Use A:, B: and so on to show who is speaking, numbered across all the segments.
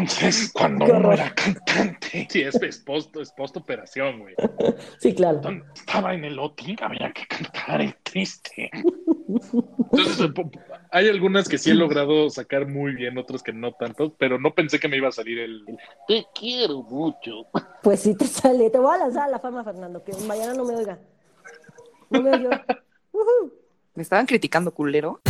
A: entonces cuando uno era cantante.
B: Sí, es, es post, es post operación, güey.
C: Sí, claro.
A: Cuando estaba en el OTI, había que cantar el triste.
B: Entonces, eh, po- po- hay algunas que sí he logrado sacar muy bien, otras que no tanto, pero no pensé que me iba a salir el. el Te quiero mucho.
C: Pues sí te sale. Te voy a lanzar a la fama, Fernando, que mañana no me oiga. No me oyó. Ujú.
D: Me estaban criticando, culero.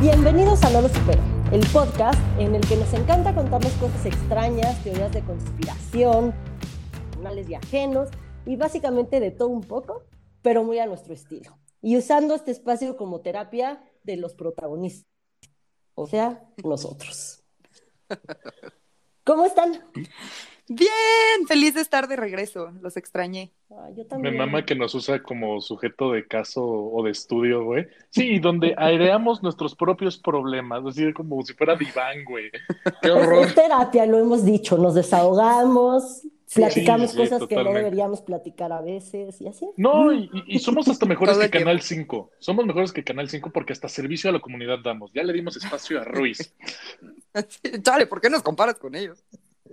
C: Bienvenidos a No Lo Supero, el podcast en el que nos encanta contarles cosas extrañas, teorías de conspiración, males y ajenos, y básicamente de todo un poco, pero muy a nuestro estilo. Y usando este espacio como terapia de los protagonistas, o sea, nosotros. ¿Cómo están?
D: Bien, feliz de estar de regreso. Los extrañé.
C: Ah, yo
B: Me mama que nos usa como sujeto de caso o de estudio, güey. Sí, donde aireamos nuestros propios problemas, así como si fuera diván, güey. Qué horror.
C: Es terapia, lo hemos dicho, nos desahogamos, platicamos
B: sí,
C: cosas que no
B: totalmente.
C: deberíamos platicar a veces y así.
B: No, y, y- y somos hasta mejores
D: Todo
B: que
D: el tiempo.
B: Canal 5. Somos mejores que Canal 5 porque hasta servicio a la comunidad damos. Ya le dimos espacio a Ruiz.
D: Chale, ¿por qué nos comparas con ellos?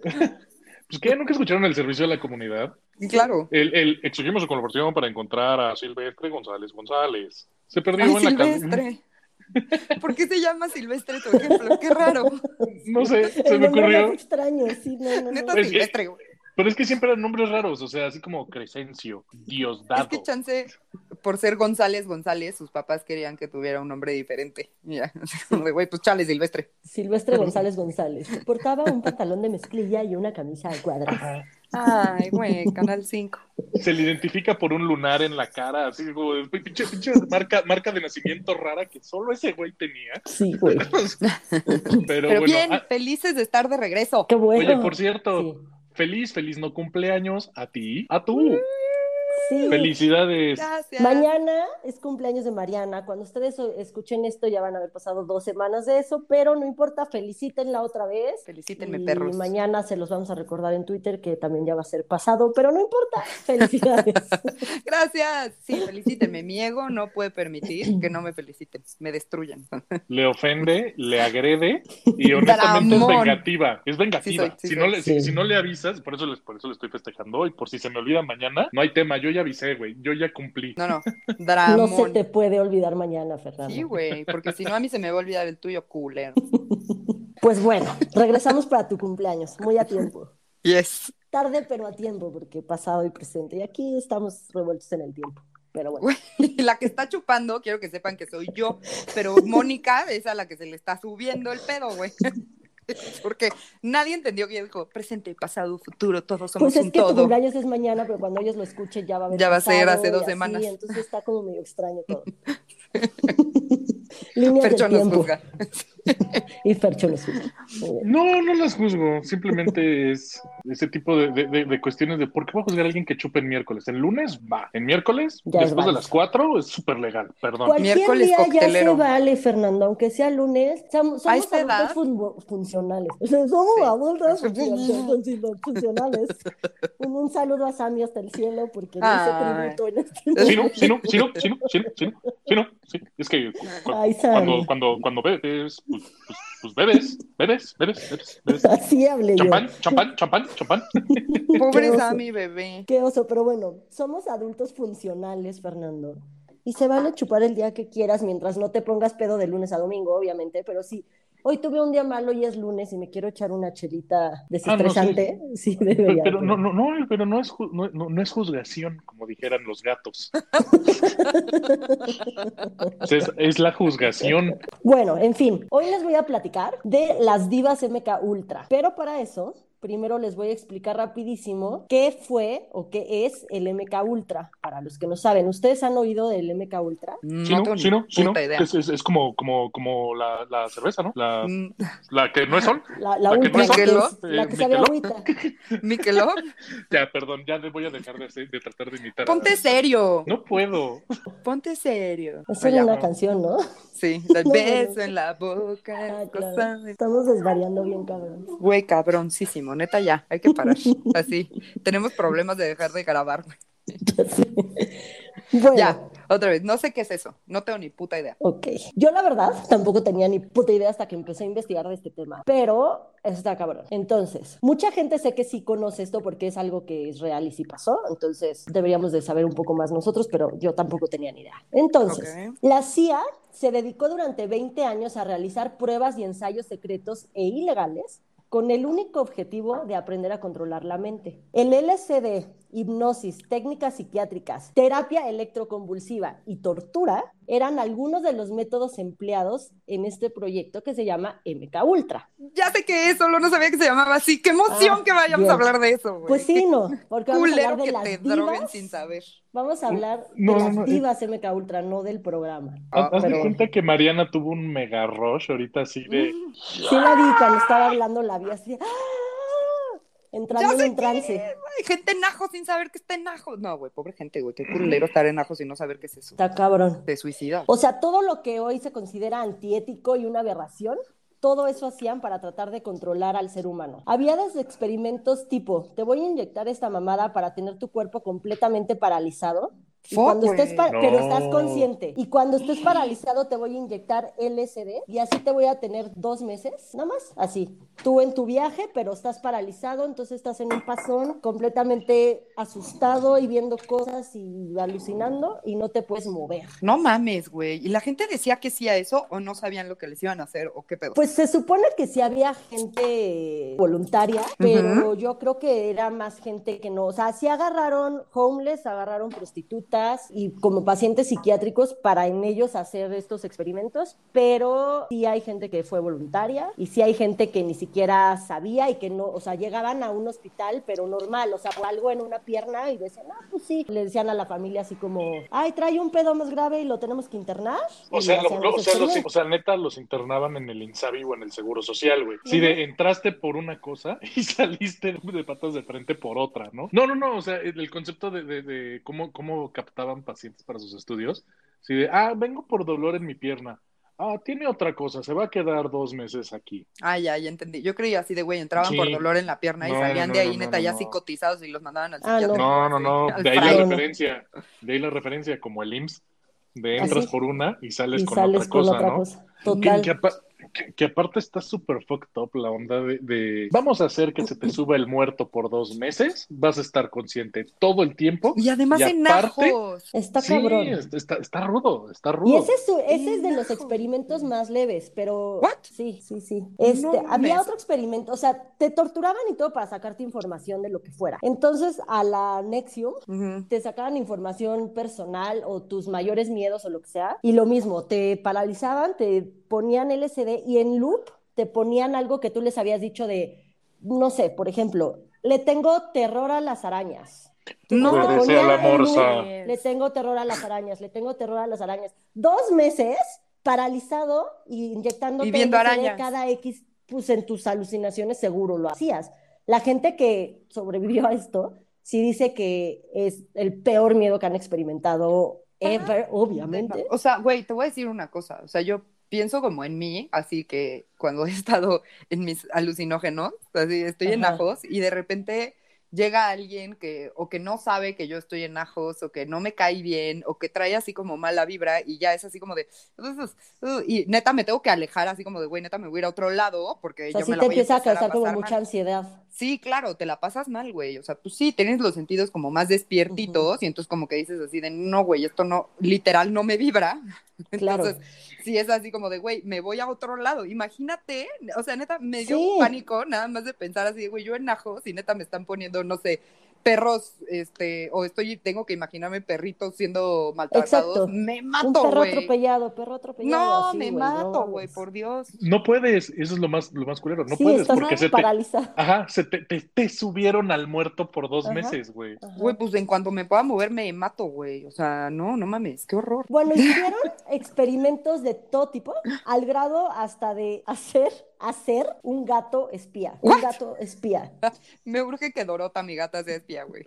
B: Pues que nunca escucharon el servicio a la comunidad.
D: Claro.
B: El, el exigimos su colaboración para encontrar a Silvestre González González. Se perdió
D: Ay,
B: en la casa.
D: Silvestre. ¿Por qué se llama Silvestre tu ejemplo? Qué raro.
B: No sé, se
C: El
B: me
C: nombre más
B: ocurrió.
C: extraño, sí, no, no, no.
D: Neta
B: Es que-
D: Silvestre. güey.
B: Pero es que siempre eran nombres raros, o sea, así como Crescencio, Diosdado.
D: Es que chance, por ser González González, sus papás querían que tuviera un nombre diferente. Mira, como de, güey, pues chale Silvestre.
C: Silvestre González González. Portaba un pantalón de mezclilla y una camisa de cuadras.
B: Ajá.
D: Ay, güey, Canal 5.
B: Se le identifica por un lunar en la cara, así como pinche, pinche marca, marca de nacimiento rara que solo ese güey tenía.
C: Sí, güey.
B: Pero,
D: Pero,
B: bueno,
D: bien,
B: ah,
D: felices de estar de regreso.
C: Qué bueno.
B: oye, por cierto,
C: Sí.
B: feliz, feliz no cumpleaños a ti, a tú.
C: Sí.
B: Felicidades.
D: Gracias.
C: Mañana es cumpleaños de Mariana. Cuando ustedes o- escuchen esto ya van a haber pasado dos semanas de eso, pero no importa, felicítenla otra vez.
D: Felicítenme,
C: y
D: perros.
C: mañana se los vamos a recordar en Twitter que también ya va a ser pasado, pero no importa. Felicidades.
D: Gracias. Sí, felicítenme. Mi ego no puede permitir que no me feliciten. Me destruyan.
B: le ofende, le agrede y honestamente es
D: Dramón.
B: vengativa. Es vengativa.
D: Sí soy, sí
B: si,
D: soy.
B: no le, si,
C: Sí.
B: si no le avisas, por eso, les, por eso le estoy festejando hoy. Por si se me olvida mañana, no hay tema. Yo ya avisé, güey. Yo ya cumplí.
D: No, no.
C: No
D: Dramón.
C: se te puede olvidar mañana, Fernando.
D: Sí, güey, porque si no a mí se me va a olvidar el tuyo, culero.
C: Pues bueno, regresamos para tu cumpleaños, muy a tiempo.
D: Yes.
C: Tarde pero a tiempo, porque pasado y presente. Y aquí estamos revueltos en el tiempo. Pero bueno,
D: Güey, la que está chupando, quiero que sepan que soy yo, pero Mónica es a la que se le está subiendo el pedo, güey. Porque nadie entendió que ella dijo presente, pasado, futuro, todos somos
C: pues es
D: un
C: que tu
D: todo.
C: cumpleaños es mañana, pero cuando ellos lo escuchen ya va a haber
D: Ya va a ser
C: pasado
D: hace
C: y
D: dos
C: así,
D: semanas.
C: entonces está como medio extraño todo. Líneas
D: Percho
C: del
D: nos
C: tiempo.
D: juzga.
C: Y Fercho nos juzga. Muy bien.
B: No, no las juzgo. Simplemente es ese tipo de, de- de- de cuestiones de por qué va a juzgar a alguien que chupe en miércoles. El lunes va. En miércoles,
C: Ya es
B: después de
C: válido.
B: las cuatro, es súper legal. Perdón.
C: Cualquier
D: Miércoles
C: día ya se
D: coctelero.
C: vale, Fernando, aunque sea lunes. Som- Somos
D: A esta
C: adultos
D: edad.
C: fun- funcionales. O sea, somos
D: Sí.
C: adultos funcio- funcionales. un, un saludo a Sammy hasta el cielo porque no
D: Ay.
C: hizo tributo en este
B: Sí, no, sí, no, sí, no, sí, no, sí, no, sí, no, sí, no, sí. Es que cu-
C: Ay,
B: cuando,
C: Sammy.
B: cuando, cuando bebes, pues, pues- pues bebes, bebes, bebes, bebes, bebes.
C: Así hablé yo.
B: Champán, champán, champán, champán.
C: Qué
D: Pobre
C: oso.
D: Sammy, ah, bebé.
C: Qué oso, pero bueno, somos adultos funcionales, Fernando. Y se vale chupar el día que quieras mientras no te pongas pedo de lunes a domingo, obviamente, pero sí. Hoy tuve un día malo y es lunes y me quiero echar una chelita desestresante. sí.
B: Ah, Pero,
C: debería.
B: pero no, no, no, pero no es, ju- no, no- no es juzgación, como dijeran los gatos. O sea, es, es la juzgación.
C: Bueno, en fin, hoy les voy a platicar de las divas MK Ultra, pero para eso primero les voy a explicar rapidísimo qué fue o qué es el MK Ultra, para los que no saben. ¿Ustedes han oído del MK Ultra?
D: No
B: Si no,
D: tengo ni
B: si no, si no, pues,
D: puta idea.
B: es, es- es como, como, como la, la cerveza, ¿no? La,
D: Mm,
B: la que no es sol.
C: La, la
B: La que
C: Ultra,
D: no es
C: que
D: Michelob,
C: es la
B: eh,
C: que sabe a
B: Michelob.
C: agüita.
D: Michelob,
B: Ya, perdón, ya voy a dejar de, hacer- de tratar de imitar. a-
D: ponte serio,
B: No puedo.
D: ponte serio.
C: Es
D: Ay, ya,
C: solo una
B: no.
C: canción, ¿no?
D: Sí,
C: no,
D: el
C: no.
D: beso en la boca,
C: Ah, claro.
D: cosa de-
C: Estamos desvariando bien, cabrón.
D: Güey, cabroncísimo. chingo, neta ya, hay que parar. Así, tenemos problemas de dejar de grabar. güey.
C: Bueno,
D: Ya, otra vez, no sé qué es eso, no tengo ni puta idea.
C: ok. Yo la verdad tampoco tenía ni puta idea hasta que empecé a investigar de este tema, pero eso está cabrón. Entonces, mucha gente sé que sí conoce esto porque es algo que es real y sí pasó, entonces deberíamos de saber un poco más nosotros, pero yo tampoco tenía ni idea. Entonces,
D: Ok.
C: la CIA se dedicó durante 20 años a realizar pruebas y ensayos secretos e ilegales con el único objetivo de aprender a controlar la mente. El LSD, hipnosis, técnicas psiquiátricas, terapia electroconvulsiva y tortura eran algunos de los métodos empleados en este proyecto que se llama MK Ultra.
D: Ya sé qué es, solo no sabía que se llamaba así. ¡Qué emoción
C: Ah,
D: que vayamos
C: bien.
D: a hablar de eso, güey!
C: Pues sí, no, porque
D: Qué
C: vamos a
D: culero
C: hablar de
D: que
C: las
D: te droguen
C: divas.
D: sin saber.
C: Vamos a hablar
B: No,
C: de
B: no,
C: las
B: no, es-
C: divas MK Ultra, no del programa.
D: Ah,
B: Haz haz de
C: Pero-
B: cuenta que Mariana tuvo un mega rush ahorita así de.
C: Sí la vi cuando estaba hablando, la vi así, ¡ah! entrando
D: Ya
C: en
D: sé
C: un trance.
D: Ay, gente en ajo sin saber que está en ajo. No, güey, pobre gente, güey. Qué culero estar en ajo sin no saber qué es eso.
C: Está cabrón.
D: Te suicida.
C: O sea, todo lo que hoy se considera antiético y una aberración, todo eso hacían para tratar de controlar al ser humano. Había desde experimentos tipo, te voy a inyectar esta mamada para tener tu cuerpo completamente paralizado. Y
D: Fuck,
C: cuando
D: güey.
C: estés pa-
B: No.
C: pero estás consciente. Y cuando estés paralizado te voy a inyectar LSD y así te voy a tener dos meses, nada más, así. Tú en tu viaje, pero estás paralizado, entonces estás en un pasón completamente asustado y viendo cosas y alucinando y no te puedes mover.
D: No mames, güey. ¿Y la gente decía que sí a eso o no sabían lo que les iban a hacer o qué pedo?
C: Pues se supone que sí había gente voluntaria, pero yo creo que era más gente que no. O sea, sí agarraron homeless, agarraron prostitutas y como pacientes psiquiátricos para en ellos hacer estos experimentos, pero sí hay gente que fue voluntaria y sí hay gente que ni siquiera sabía y que no, o sea, llegaban a un hospital, pero normal, o sea, por algo en una pierna y decían, ah, pues sí. Le decían a la familia así como, ay, trae un pedo más grave y lo tenemos que internar.
B: O
C: Y
B: sea, lo-
C: hacían
B: lo- o, sea, los-
C: experimentos.
B: o sea, neta, los internaban en el Insabi o en el Seguro Social, güey. Si de entraste por una cosa y saliste de patas de frente por otra, ¿no? No, no, no, o sea, el, el concepto de, de- de cómo, cómo captaban pacientes para sus estudios. Si de, ah, vengo por dolor en mi pierna. Ah, tiene otra cosa, se va a quedar dos meses aquí.
D: Ah, ya, ya entendí. Yo creía así de, güey, entraban
B: Sí.
D: por dolor en la pierna y
B: No,
D: salían
B: no,
D: de
B: no,
D: ahí,
B: no,
D: neta,
B: no,
D: ya
B: no.
D: psicotizados y los mandaban al
C: Ah,
D: psiquiatra.
B: No, no, no,
D: Al
B: de ahí la
D: fraile.
C: Fraile.
B: referencia, de ahí la referencia, como el IMSS, de entras
C: Así.
B: por una y sales
C: y
B: con
C: sales
B: otra cosa,
C: con otra
B: ¿no?
C: cosa.
B: Que,
C: Total.
B: que apa- que- que aparte está súper fucked up la onda de, de, vamos a hacer que se te suba el muerto por dos meses, vas a estar consciente todo el tiempo.
D: Y además
B: Y
D: en
B: aparte-
D: ajos.
C: Está
B: sí,
C: cabrón.
B: es- está, está rudo, está rudo.
C: Y ese es, su- ese es de los
D: Hijo.
C: experimentos más leves, pero...
D: ¿What?
C: Sí, sí, sí. Este,
D: No
C: había
D: mames.
C: otro experimento, o sea, te torturaban y todo para sacarte información de lo que fuera. Entonces, a la Nexium
D: Ujú.
C: te sacaban información personal o tus mayores miedos o lo que sea. Y lo mismo, te paralizaban, te ponían LSD y en loop te ponían algo que tú les habías dicho de, no sé, por ejemplo, le tengo terror a las arañas.
D: No,
B: Puede
C: Ponía
B: ser la
C: en
B: morsa.
C: loop, Le tengo terror a las arañas, le tengo terror a las arañas. Dos meses paralizado y inyectándote
D: Y viendo
C: LSD
D: arañas.
C: cada X, pues en tus alucinaciones seguro lo hacías. La gente que sobrevivió a esto sí dice que es el peor miedo que han experimentado ever, obviamente.
D: O sea, güey, te voy a decir una cosa. O sea, yo pienso como en mí, así que cuando he estado en mis alucinógenos, así estoy en
C: Ajá.
D: ajos y de repente llega alguien que o que no sabe que yo estoy en ajos o que no me cae bien o que trae así como mala vibra y ya es así como de y neta me tengo que alejar así como de güey, neta me voy a ir a otro lado porque
C: O sea,
D: yo
C: sí
D: me la
C: te
D: voy a
C: empieza a
D: empezar
C: causar como
D: pasar
C: mucha
D: mal".
C: ansiedad.
D: Sí, claro, te la pasas mal, güey. O sea, pues sí, tienes los sentidos como más despiertitos y entonces como que dices así de, no, güey, esto no, literal, no me vibra.
C: Claro.
D: Entonces, sí es así como de, güey, me voy a otro lado. Imagínate, o sea, neta, me dio
C: Sí.
D: pánico nada más de pensar así, de, güey, yo en ajos y neta me están poniendo, no sé, perros, este, o estoy, tengo que imaginarme perritos siendo maltratados.
C: Exacto.
D: Me
C: Un
D: mato,
C: perro
D: güey.
C: atropellado, perro atropellado.
D: No,
C: así,
D: me
C: güey, no
D: mato,
C: mames.
D: güey, por Dios.
B: No puedes, eso es lo más, lo más culero, no
C: sí,
B: puedes
C: estás
B: porque se te,
C: paralizado.
B: ajá, se te, te- te subieron al muerto por dos
C: Ajá.
B: meses, güey.
C: Ajá.
D: Güey, pues en cuanto me pueda mover, me mato, güey. O sea, no, no mames, qué horror.
C: Bueno, hicieron experimentos de todo tipo, al grado hasta de hacer, hacer un gato espía. Un gato espía.
D: Me urge que Dorota, mi gata, sea espía, güey.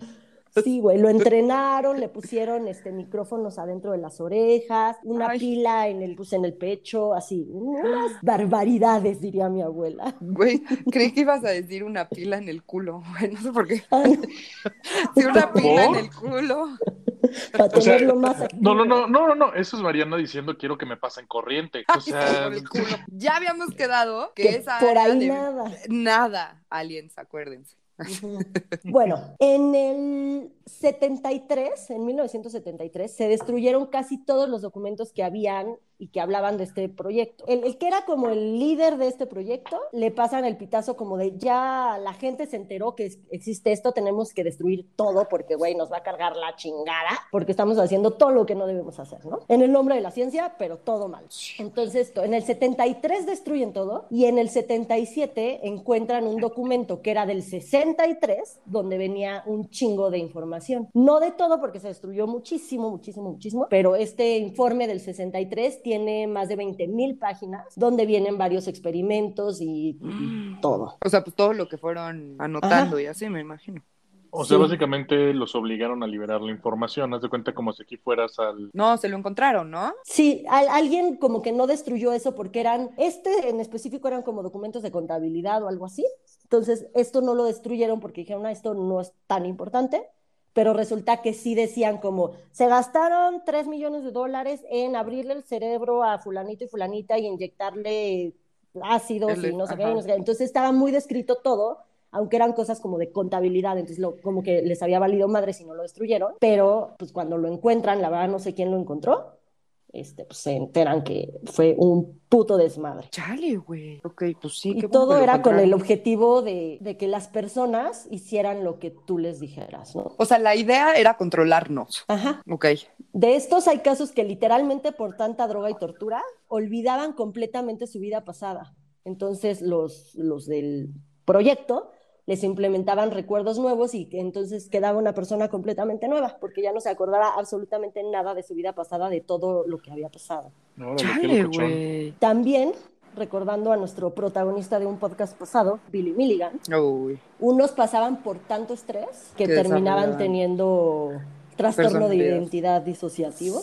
C: Sí, güey, lo entrenaron, le pusieron este micrófonos adentro de las orejas, una
D: Ay.
C: pila en el, pues, en el pecho, así, unas barbaridades, diría mi abuela.
D: Güey, creí que ibas a decir una pila en el culo, güey, no sé por qué.
C: Ay,
D: Sí, una
B: ¿Por?
D: pila en el culo.
C: para
B: O sea,
C: tenerlo más aquí.
B: No, no, no, no, no, no, eso es Mariana diciendo quiero que me pasen corriente. O sea,
D: Por el culo. Ya habíamos quedado que,
C: que
D: esa
C: por
D: era
C: ahí
D: de-
C: nada.
D: nada, aliens, acuérdense.
C: Ujú. Bueno, en el 73, en 1973, se destruyeron casi todos los documentos que habían y que hablaban de este proyecto. El, el que era como el líder de este proyecto, le pasan el pitazo como de ya la gente se enteró que es- existe esto, tenemos que destruir todo porque, güey, nos va a cargar la chingada porque estamos haciendo todo lo que no debemos hacer, ¿no? En el nombre de la ciencia, pero todo mal. Entonces, to- en el 73 destruyen todo y en el 77 encuentran un documento que era del 63 donde venía un chingo de información. No de todo porque se destruyó muchísimo, muchísimo, muchísimo, pero este informe del 63 tiene más de 20 mil páginas donde vienen varios experimentos y, y todo.
D: O sea, pues todo lo que fueron anotando y así, me imagino.
B: o sea,
C: Sí.
B: básicamente los obligaron a liberar la información. Haz de cuenta como si aquí fueras al.
D: No, se lo encontraron, ¿no?
C: Sí, al- alguien como que no destruyó eso porque eran, este en específico eran como documentos de contabilidad o algo así. Entonces, esto no lo destruyeron porque dijeron, "Ah, esto no es tan importante, pero resulta que sí decían como, se gastaron 3 millones de dólares en abrirle el cerebro a fulanito y fulanita y inyectarle ácidos
D: El-
C: y no sé qué, y
D: ajá.
C: no sé qué". Entonces, estaba muy descrito todo. Aunque eran cosas como de contabilidad, entonces lo- como que les había valido madre si no lo destruyeron, pero pues cuando lo encuentran, la verdad no sé quién lo encontró, este, pues se enteran que fue un puto desmadre.
D: Chale, güey. Ok, pues sí.
C: Y
D: qué bueno
C: todo
D: que lo
C: era con el
D: encontraron.
C: objetivo de, de que las personas hicieran lo que tú les dijeras, ¿no?
D: O sea, la idea era controlarnos.
C: Ajá.
D: Ok.
C: De estos hay casos que literalmente por tanta droga y tortura olvidaban completamente su vida pasada. Entonces los, los del proyecto les implementaban recuerdos nuevos y entonces quedaba una persona completamente nueva porque ya no se acordaba absolutamente nada de su vida pasada, de todo lo que había pasado.
B: Órale, qué
D: Chale,
B: locochón.
D: güey.
C: También, recordando a nuestro protagonista de un podcast pasado, Billy Milligan,
D: Uy.
C: unos pasaban por tanto estrés que
D: Que
C: terminaban
D: desarrollaban
C: teniendo trastorno de
D: personalidades.
C: identidad disociativo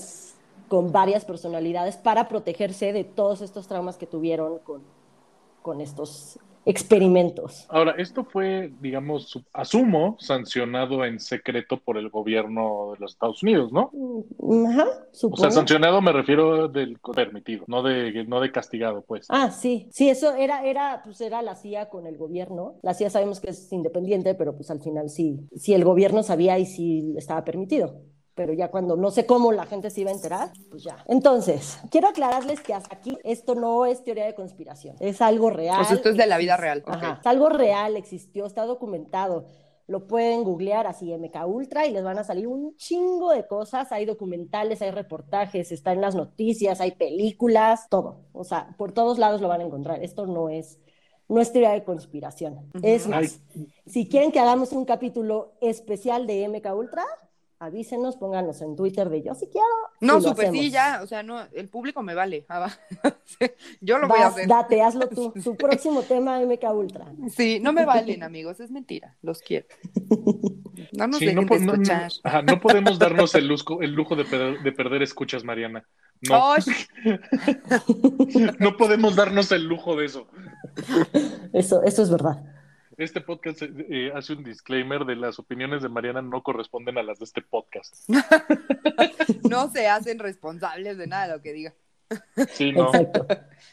C: con varias personalidades para protegerse de todos estos traumas que tuvieron con, con estos experimentos.
B: Ahora, esto fue, digamos, su- asumo, sancionado en secreto por el gobierno de los Estados Unidos, ¿no?
C: Mm, Ajá,
B: O sea,
C: supongo.
B: sancionado me refiero del co- permitido, no de, no de castigado, pues.
C: Ah, sí, sí, eso era, era, pues era la CIA con el gobierno. La CIA sabemos que es independiente, pero pues al final sí, sí el gobierno sabía y sí estaba permitido. Pero ya cuando no sé cómo la gente se iba a enterar, pues ya. Entonces, quiero aclararles que hasta aquí esto no es teoría de conspiración, es algo real.
D: O sea, esto es de la vida real.
C: Ajá,
D: Ok.
C: es algo real, existió, está documentado. Lo pueden googlear así MK Ultra y les van a salir un chingo de cosas. Hay documentales, hay reportajes, está en las noticias, hay películas, todo. O sea, por todos lados lo van a encontrar. Esto no es, no es teoría de conspiración.
D: Ujú.
C: Es más, si quieren que hagamos un capítulo especial de MK Ultra, avísenos, pónganos en Twitter de yo si quiero.
D: No,
C: y lo
D: súper sí,
C: hacemos.
D: ya. O sea, no, el público me vale. Ah, va. Yo lo voy a
C: Vas,
D: hacer.
C: date, hazlo tú. Tu próximo tema MK Ultra.
D: Sí, no me valen, amigos, es mentira, los quiero. No nos
B: Sí,
D: dejen
B: no, po-
D: de
B: no- no-
D: escuchar.
B: ajá, no podemos darnos el, luzco- el lujo de, perder- de perder escuchas, Mariana. No,
D: Ay,
B: no podemos darnos el lujo de eso.
C: Eso, eso es verdad.
B: Este podcast eh, eh, hace un disclaimer de las opiniones de Mariana no corresponden a las de este podcast.
D: no se hacen responsables de nada de lo que diga.
B: Sí, no.
C: Exacto.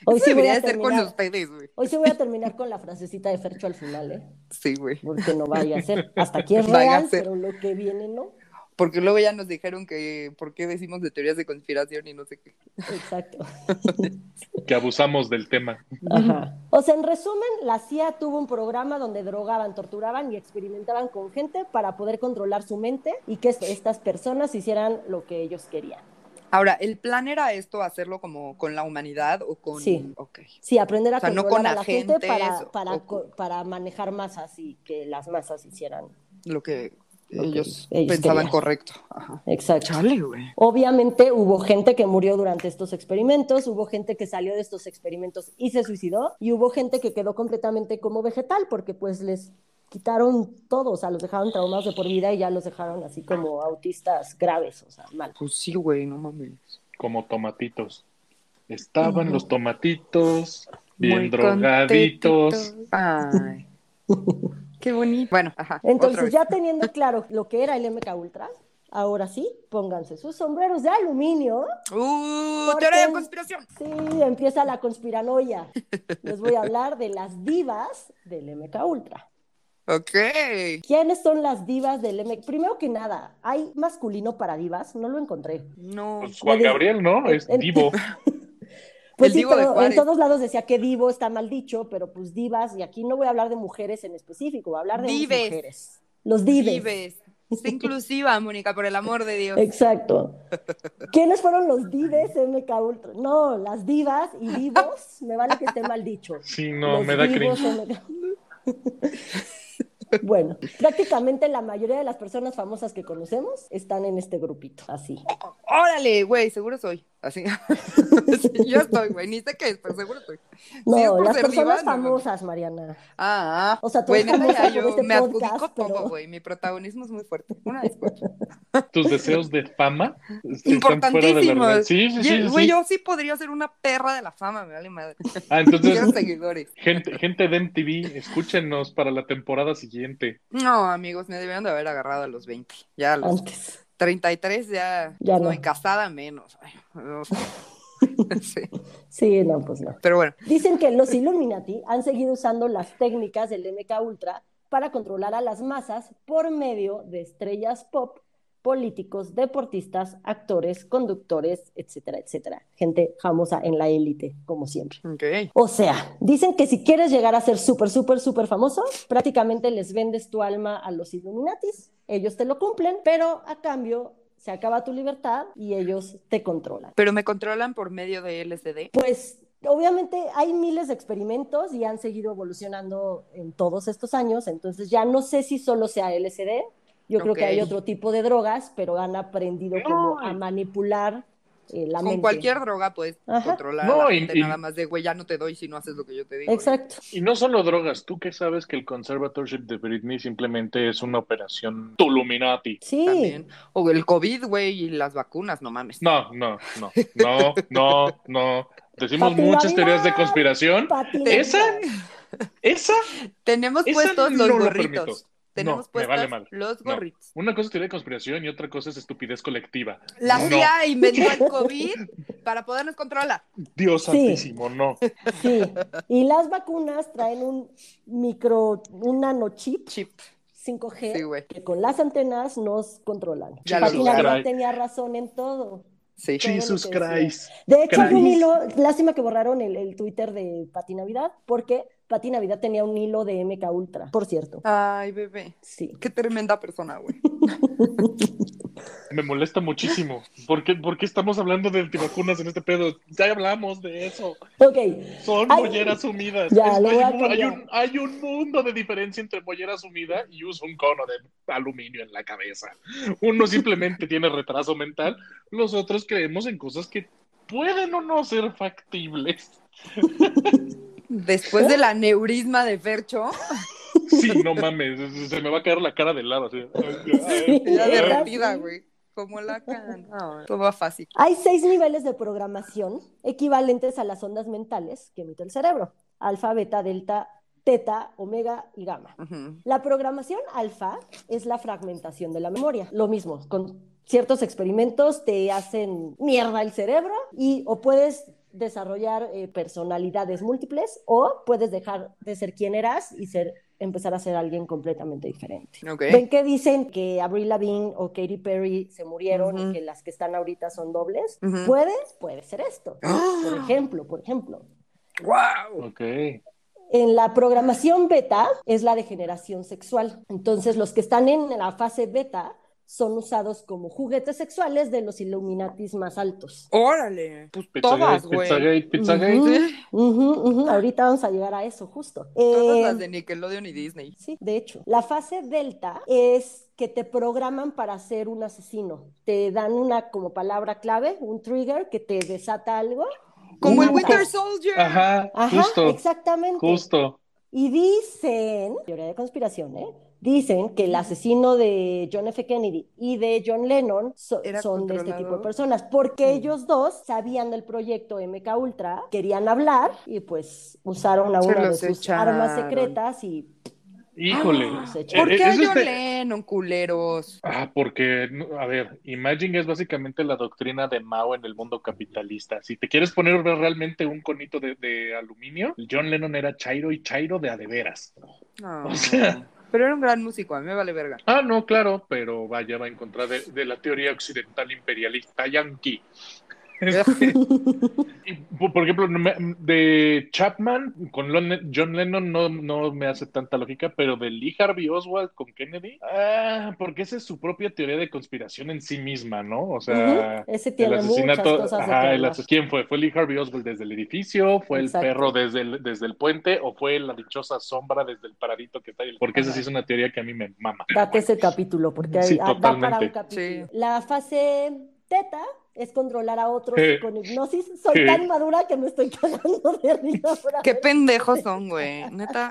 C: Hoy
D: Eso
C: sí voy
D: debería
C: a
D: ser con
C: terminar.
D: ustedes, güey.
C: Hoy sí voy a terminar con la frasecita de Fercho al final, ¿eh?
D: Sí, güey.
C: Porque no vaya a ser. Hasta aquí es
D: Vaya a
C: real,
D: ser.
C: pero lo que viene no.
D: Porque luego ya nos dijeron que por qué decimos de teorías de conspiración y no sé qué.
C: Exacto.
B: Que abusamos del tema.
C: Ajá. O sea, en resumen, la CIA tuvo un programa donde drogaban, torturaban y experimentaban con gente para poder controlar su mente y que est- estas personas hicieran lo que ellos querían.
D: Ahora, ¿el plan era esto hacerlo como con la humanidad o con...?
C: Sí.
D: Ok.
C: Sí, aprender a
D: O sea, no
C: controlar
D: con
C: a la gente
D: agentes
C: para,
D: o-
C: para,
D: o-
C: co- para manejar masas y que las masas hicieran.
D: Lo que
C: Lo que
D: ellos,
C: ellos
D: pensaban
C: querían.
D: correcto. Ajá.
C: Exacto.
D: Chale, güey.
C: Obviamente hubo gente que murió durante estos experimentos, hubo gente que salió de estos experimentos y se suicidó, y hubo gente que quedó completamente como vegetal porque pues les quitaron todo, o sea, los dejaron traumados de por vida y ya los dejaron así como autistas graves, o sea, mal.
D: Pues sí, güey, no mames.
B: como tomatitos. Estaban
C: Ujú.
B: los tomatitos bien
D: Muy
B: drogaditos.
D: contentitos. Ay. Qué bonito. Bueno, ajá. otra
C: Entonces,
D: vez.
C: ya teniendo claro lo que era el MK Ultra, ahora sí, pónganse sus sombreros de aluminio.
D: ¡Uh!
C: Porque-
D: Teoría de conspiración.
C: Sí, empieza la conspiranoia. Les voy a hablar de las divas del MK Ultra.
D: Ok.
C: ¿Quiénes son las divas del MK? Primero que nada, ¿hay masculino para divas? No lo encontré.
D: No.
B: Pues Juan
C: Eres-
B: Gabriel, ¿no? Es
C: en-
B: divo.
C: Pues
D: El
C: sí,
D: divo de
C: todo- en
D: Juárez.
C: todos lados decía que divo está mal dicho, pero pues divas, y aquí no voy a hablar de mujeres en específico, voy a hablar de unas
D: Dives.
C: mujeres. Los dives.
D: Vives. Sé inclusiva, Mónica, por el amor de Dios.
C: Exacto. ¿Quiénes fueron los dives MK Ultra? No, las divas y divos, me vale que esté mal dicho.
B: Sí, no,
C: Los
B: me da
C: vivos
B: cringe.
C: son- Bueno, prácticamente la mayoría de las personas famosas que conocemos están en este grupito, así.
D: Órale, güey, seguro soy. Así. Sí, yo estoy, güey. Ni sé qué es, pero seguro soy.
C: No,
D: es por
C: las
D: ser diva,
C: personas
D: no, no.
C: famosas, Mariana.
D: Ah,
C: O sea, tú
D: güey,
C: eres
D: neta, ya
C: famosa por
D: yo
C: este
D: me
C: podcast,
D: adjudico
C: pero-
D: poco, pues. güey. Mi protagonismo es muy fuerte. Una disculpa.
B: Tus deseos de fama este, están fuera de la realidad.
D: Importantísimos.
B: Sí, sí,
D: Yo-
B: sí.
D: Güey,
B: sí.
D: yo sí podría ser una perra de la fama, me vale madre.
B: Ah,
D: Quiero
B: entonces,
D: seguidores.
B: gente, gente de MTV, escúchenos para la temporada siguiente.
D: No, amigos, me debieron de haber agarrado a los 20. Ya a los
C: Antes.
D: 33 ya,
C: Ya
D: no.
C: no.
D: y casada menos. Ay, no. Sí.
C: Sí, no, pues no.
D: Pero bueno,
C: Dicen que los Illuminati han seguido usando las técnicas del MK Ultra para controlar a las masas por medio de estrellas pop, políticos, deportistas, actores, conductores, etcétera, etcétera. Gente famosa en la élite, como siempre.
D: ok.
C: O sea, dicen que si quieres llegar a ser súper, súper, súper famoso, prácticamente les vendes tu alma a los Illuminatis, ellos te lo cumplen, pero a cambio se acaba tu libertad y ellos te controlan.
D: Pero me controlan por medio de LSD.
C: Pues obviamente hay miles de experimentos y han seguido evolucionando en todos estos años, entonces ya no sé si solo sea LSD, yo creo que
D: Ok.
C: hay otro tipo de drogas, pero han aprendido como a manipular eh, la
D: Con
C: mente.
D: cualquier droga puedes
C: Ajá.
D: controlar
B: No,
D: a la
B: y-
D: gente
B: y-
D: nada más de, güey, ya no te doy si no haces lo que yo te digo.
C: Exacto.
B: Y no solo drogas, tú que sabes que el conservatorship de Britney simplemente es una operación Tuluminati.
C: Sí.
D: También. O el COVID, güey, y las vacunas, no mames.
B: No, no, no, no, no, no. Decimos
C: Papi
B: muchas
C: Navidad.
B: teorías de conspiración.
C: Patina.
B: ¿Esa? ¿Esa?
D: Tenemos
B: Esa
D: puestos
B: no
D: los
B: lo
D: gorritos.
B: permito.
D: Tenemos
B: No, me
D: puestos
B: vale madre.
D: los gorritos.
B: Una cosa es teoría de conspiración y otra cosa es estupidez colectiva.
D: La
B: No.
D: CIA inventó el COVID para podernos controlar.
B: Dios
C: Sí.
B: santísimo, no.
C: Sí, y las vacunas traen un micro, un nanochip
D: Chip.
C: 5G
D: Sí, güey.
C: que con las antenas nos controlan.
D: Ya lo
C: Patina
B: lograron.
C: Navidad tenía razón en todo.
D: Sí.
C: Todo lo
B: Jesus
C: que decía.
B: Christ.
C: De hecho, hay un
B: Christ.
C: hilo, lástima que borraron el, el Twitter de Pati Navidad, porque Pati Navidad tenía un hilo de MK Ultra, por cierto.
D: Ay, bebé.
C: Sí.
D: Qué tremenda persona, güey.
B: Me molesta muchísimo. ¿Por qué, por qué estamos hablando de antivacunas en este pedo? Ya hablamos de eso.
C: Ok,
B: Son
C: Ay.
B: molleras humidas.
C: Ya,
B: Es-
C: lo
B: hay,
C: voy a
B: un, hay,
C: cambiar.
B: un, hay un mundo de diferencia entre mollera sumida y uso un cono de aluminio en la cabeza. Uno simplemente tiene retraso mental, los otros creemos en cosas que pueden o no ser factibles.
D: Después del aneurisma de Fercho,
B: Sí, no mames, se me va a caer la cara de lado. así.
D: ya
C: Sí,
D: derretida,
C: sí. Ah,
D: güey. Como la can. No, todo va fácil.
C: Hay seis niveles de programación equivalentes a las ondas mentales que emite el cerebro. Alfa, beta, delta, teta, omega y gamma.
D: Ujú.
C: La programación alfa es la fragmentación de la memoria. Lo mismo, con ciertos experimentos te hacen mierda el cerebro y o puedes desarrollar eh, personalidades múltiples o puedes dejar de ser quien eras y ser empezar a ser alguien completamente diferente.
D: Ok.
C: ¿Ven que dicen que Avril Lavigne o Katy Perry se murieron
D: Ujú.
C: y que las que están ahorita son dobles?
D: Ujú. ¡Ah!
C: Puede, puede ser esto. Por ejemplo, por ejemplo.
D: ¡Wow!
B: Ok.
C: En la programación beta es la degeneración sexual. Entonces, los que están en la fase beta son usados como juguetes sexuales de los Illuminatis más altos.
D: ¡Órale! Pues todas,
B: Pizzagate,
D: güey.
B: Pizzagate, Pizzagate.
C: Ujú,
D: Sí.
C: ujú, ujú. Ahorita vamos a llegar a eso, justo.
D: Ah. Todas
C: Eh,
D: las de Nickelodeon y Disney.
C: Sí, de hecho. La fase delta es que te programan para ser un asesino. Te dan una como palabra clave, un trigger que te desata algo.
D: Como el
C: Nunca.
D: Winter Soldier.
B: Ajá,
C: Ajá,
B: justo,
C: exactamente.
B: justo.
C: Y dicen, teoría de conspiración, ¿eh? Dicen que el asesino de John F. Kennedy y de John Lennon so-
D: Era Mm.
C: son de este
D: controlado.
C: tipo de personas, porque ellos dos sabían del proyecto MK Ultra, querían hablar y pues usaron a
D: Se
C: una de
D: los
C: sus
D: echaron.
C: armas secretas y
B: Híjole.
C: Ah,
B: Eh,
D: ¿Por
B: eh,
D: qué a
B: eso
D: John
B: este-
D: Lennon, culeros?
B: Ah, porque, no, a ver, Imagine es básicamente la doctrina de Mao en el mundo capitalista. Si te quieres poner realmente un conito de, de aluminio, John Lennon era Chairo y Chairo de a de veras.
D: No.
B: O sea.
D: Pero era un gran músico, a mí me vale verga.
B: Ah, no, claro, pero vaya, va en contra de, de la teoría occidental imperialista yanqui. Este, y, por por ejemplo, no me- de Chapman con Lon- John Lennon no, no me hace tanta lógica, pero de Lee Harvey Oswald con Kennedy, ah, porque esa es su propia teoría de conspiración en sí misma, ¿no? O sea,
C: Ujú, ese
B: el
C: tiene muchas
B: asesinato.
C: cosas de
B: ajá,
C: que
B: el
C: hablar.
B: ases- ¿Quién fue? ¿Fue Lee Harvey Oswald desde el edificio? ¿Fue
C: Exacto.
B: el perro desde el, desde el puente? ¿O fue la dichosa sombra desde el paradito que está ahí? Porque esa sí es una teoría que a mí me mama.
C: Date ese capítulo, porque hay,
B: Sí,
C: ah, da para un
B: totalmente.
C: capítulo.
D: Sí.
C: La fase teta es controlar a otros
B: Eh,
C: con hipnosis. Soy
B: eh.
C: tan madura que me estoy cagando de risa. ahora.
D: Qué pendejos son, güey. Neta.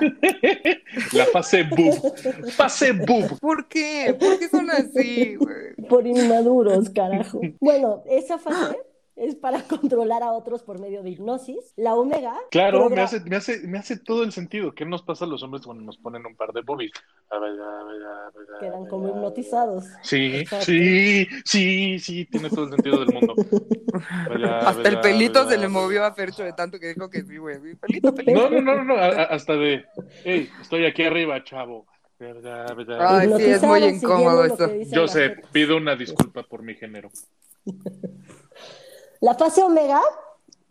B: La fase boob. Fase boob.
D: ¿Por qué? ¿Por qué son así, güey?
C: Por inmaduros, carajo. Bueno, esa fase es para controlar a otros por medio de hipnosis. La omega.
B: Claro,
C: progra-
B: me hace, me, hace, me hace todo el sentido. ¿Qué nos pasa a los hombres cuando nos ponen un par de boobies?
C: Quedan como hipnotizados.
B: Sí,
C: Exacto.
B: sí, sí, sí, tiene todo el sentido del mundo. Ah,
D: Hasta el pelito se le movió a Fercho de tanto que dijo que sí, güey. Sí, Pelito, pelito.
B: No, no, no, no, no, a- a- hasta de, hey, estoy aquí arriba, chavo.
D: Ay, sí, es muy
C: Hipnotizados siguiendo lo
D: incómodo
C: que
D: eso.
C: dicen
B: Yo
C: las
B: sé,
C: tetas.
B: pido una disculpa por mi género.
C: La fase omega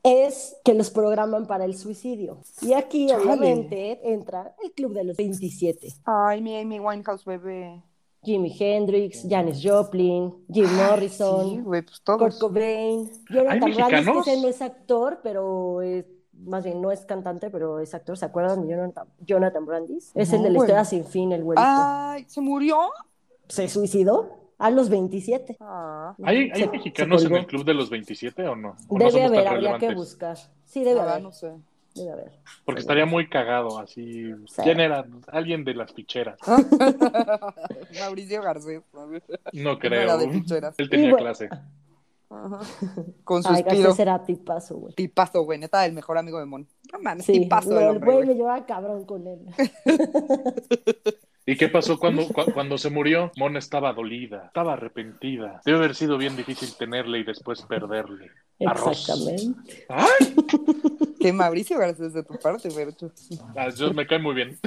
C: es que los programan para el suicidio. Y aquí,
D: Chale.
C: obviamente, entra el club de los 27.
D: Ay, mi Amy Winehouse, bebé.
C: Jimi Hendrix, Janis Joplin, Jim
D: Ah, Sí,
C: Morrison,
D: güey, pues
C: Kurt
D: todos.
C: Cobain, Jonathan Ramos, que
B: mexicanos?
C: ese no es actor, pero es, más bien no es cantante, pero es actor. ¿Se acuerdan de Jonathan, Jonathan Brandis? Es el
D: No,
C: de la
D: güey.
C: historia sin fin, el güerito.
B: Ah.
D: Ay, ¿se murió?
C: Se suicidó a los 27.
D: Ah.
B: ¿Hay, hay
C: Se-
B: mexicanos
C: se
B: en
C: colgó.
B: el club de los 27 o no? ¿O no
C: Debe
B: somos tan
C: haber, habría que
B: relevantes?
C: buscar. Sí, debe
D: Ah,
C: haber,
D: no sé.
C: debe haber.
B: Porque estaría muy cagado así.
C: Sí.
B: ¿Quién era? Alguien de las ficheras.
C: Ah,
D: Mauricio Garcés.
B: No
D: Era
B: creo.
D: de ficheras.
B: Él tenía
C: Y bueno-
B: clase.
D: Ajá. Con
C: Ay,
D: suspiro.
C: Garcés era tipazo, güey.
D: Tipazo, güey. Neta, el mejor amigo de Mon. No mames,
C: Sí,
D: tipazo
C: no,
D: del
C: el
D: hombre,
C: güey
D: güey.
C: me llevaba cabrón con él.
B: ¿Y qué pasó cuando, cua- cuando se murió? Mona estaba dolida, estaba arrepentida. Debe haber sido bien difícil tenerle y después perderle. Arroz.
C: Exactamente.
B: ¡Ay!
D: Que Mauricio Garcés de tu parte, güey. tú.
B: Ah, Dios me cae muy bien.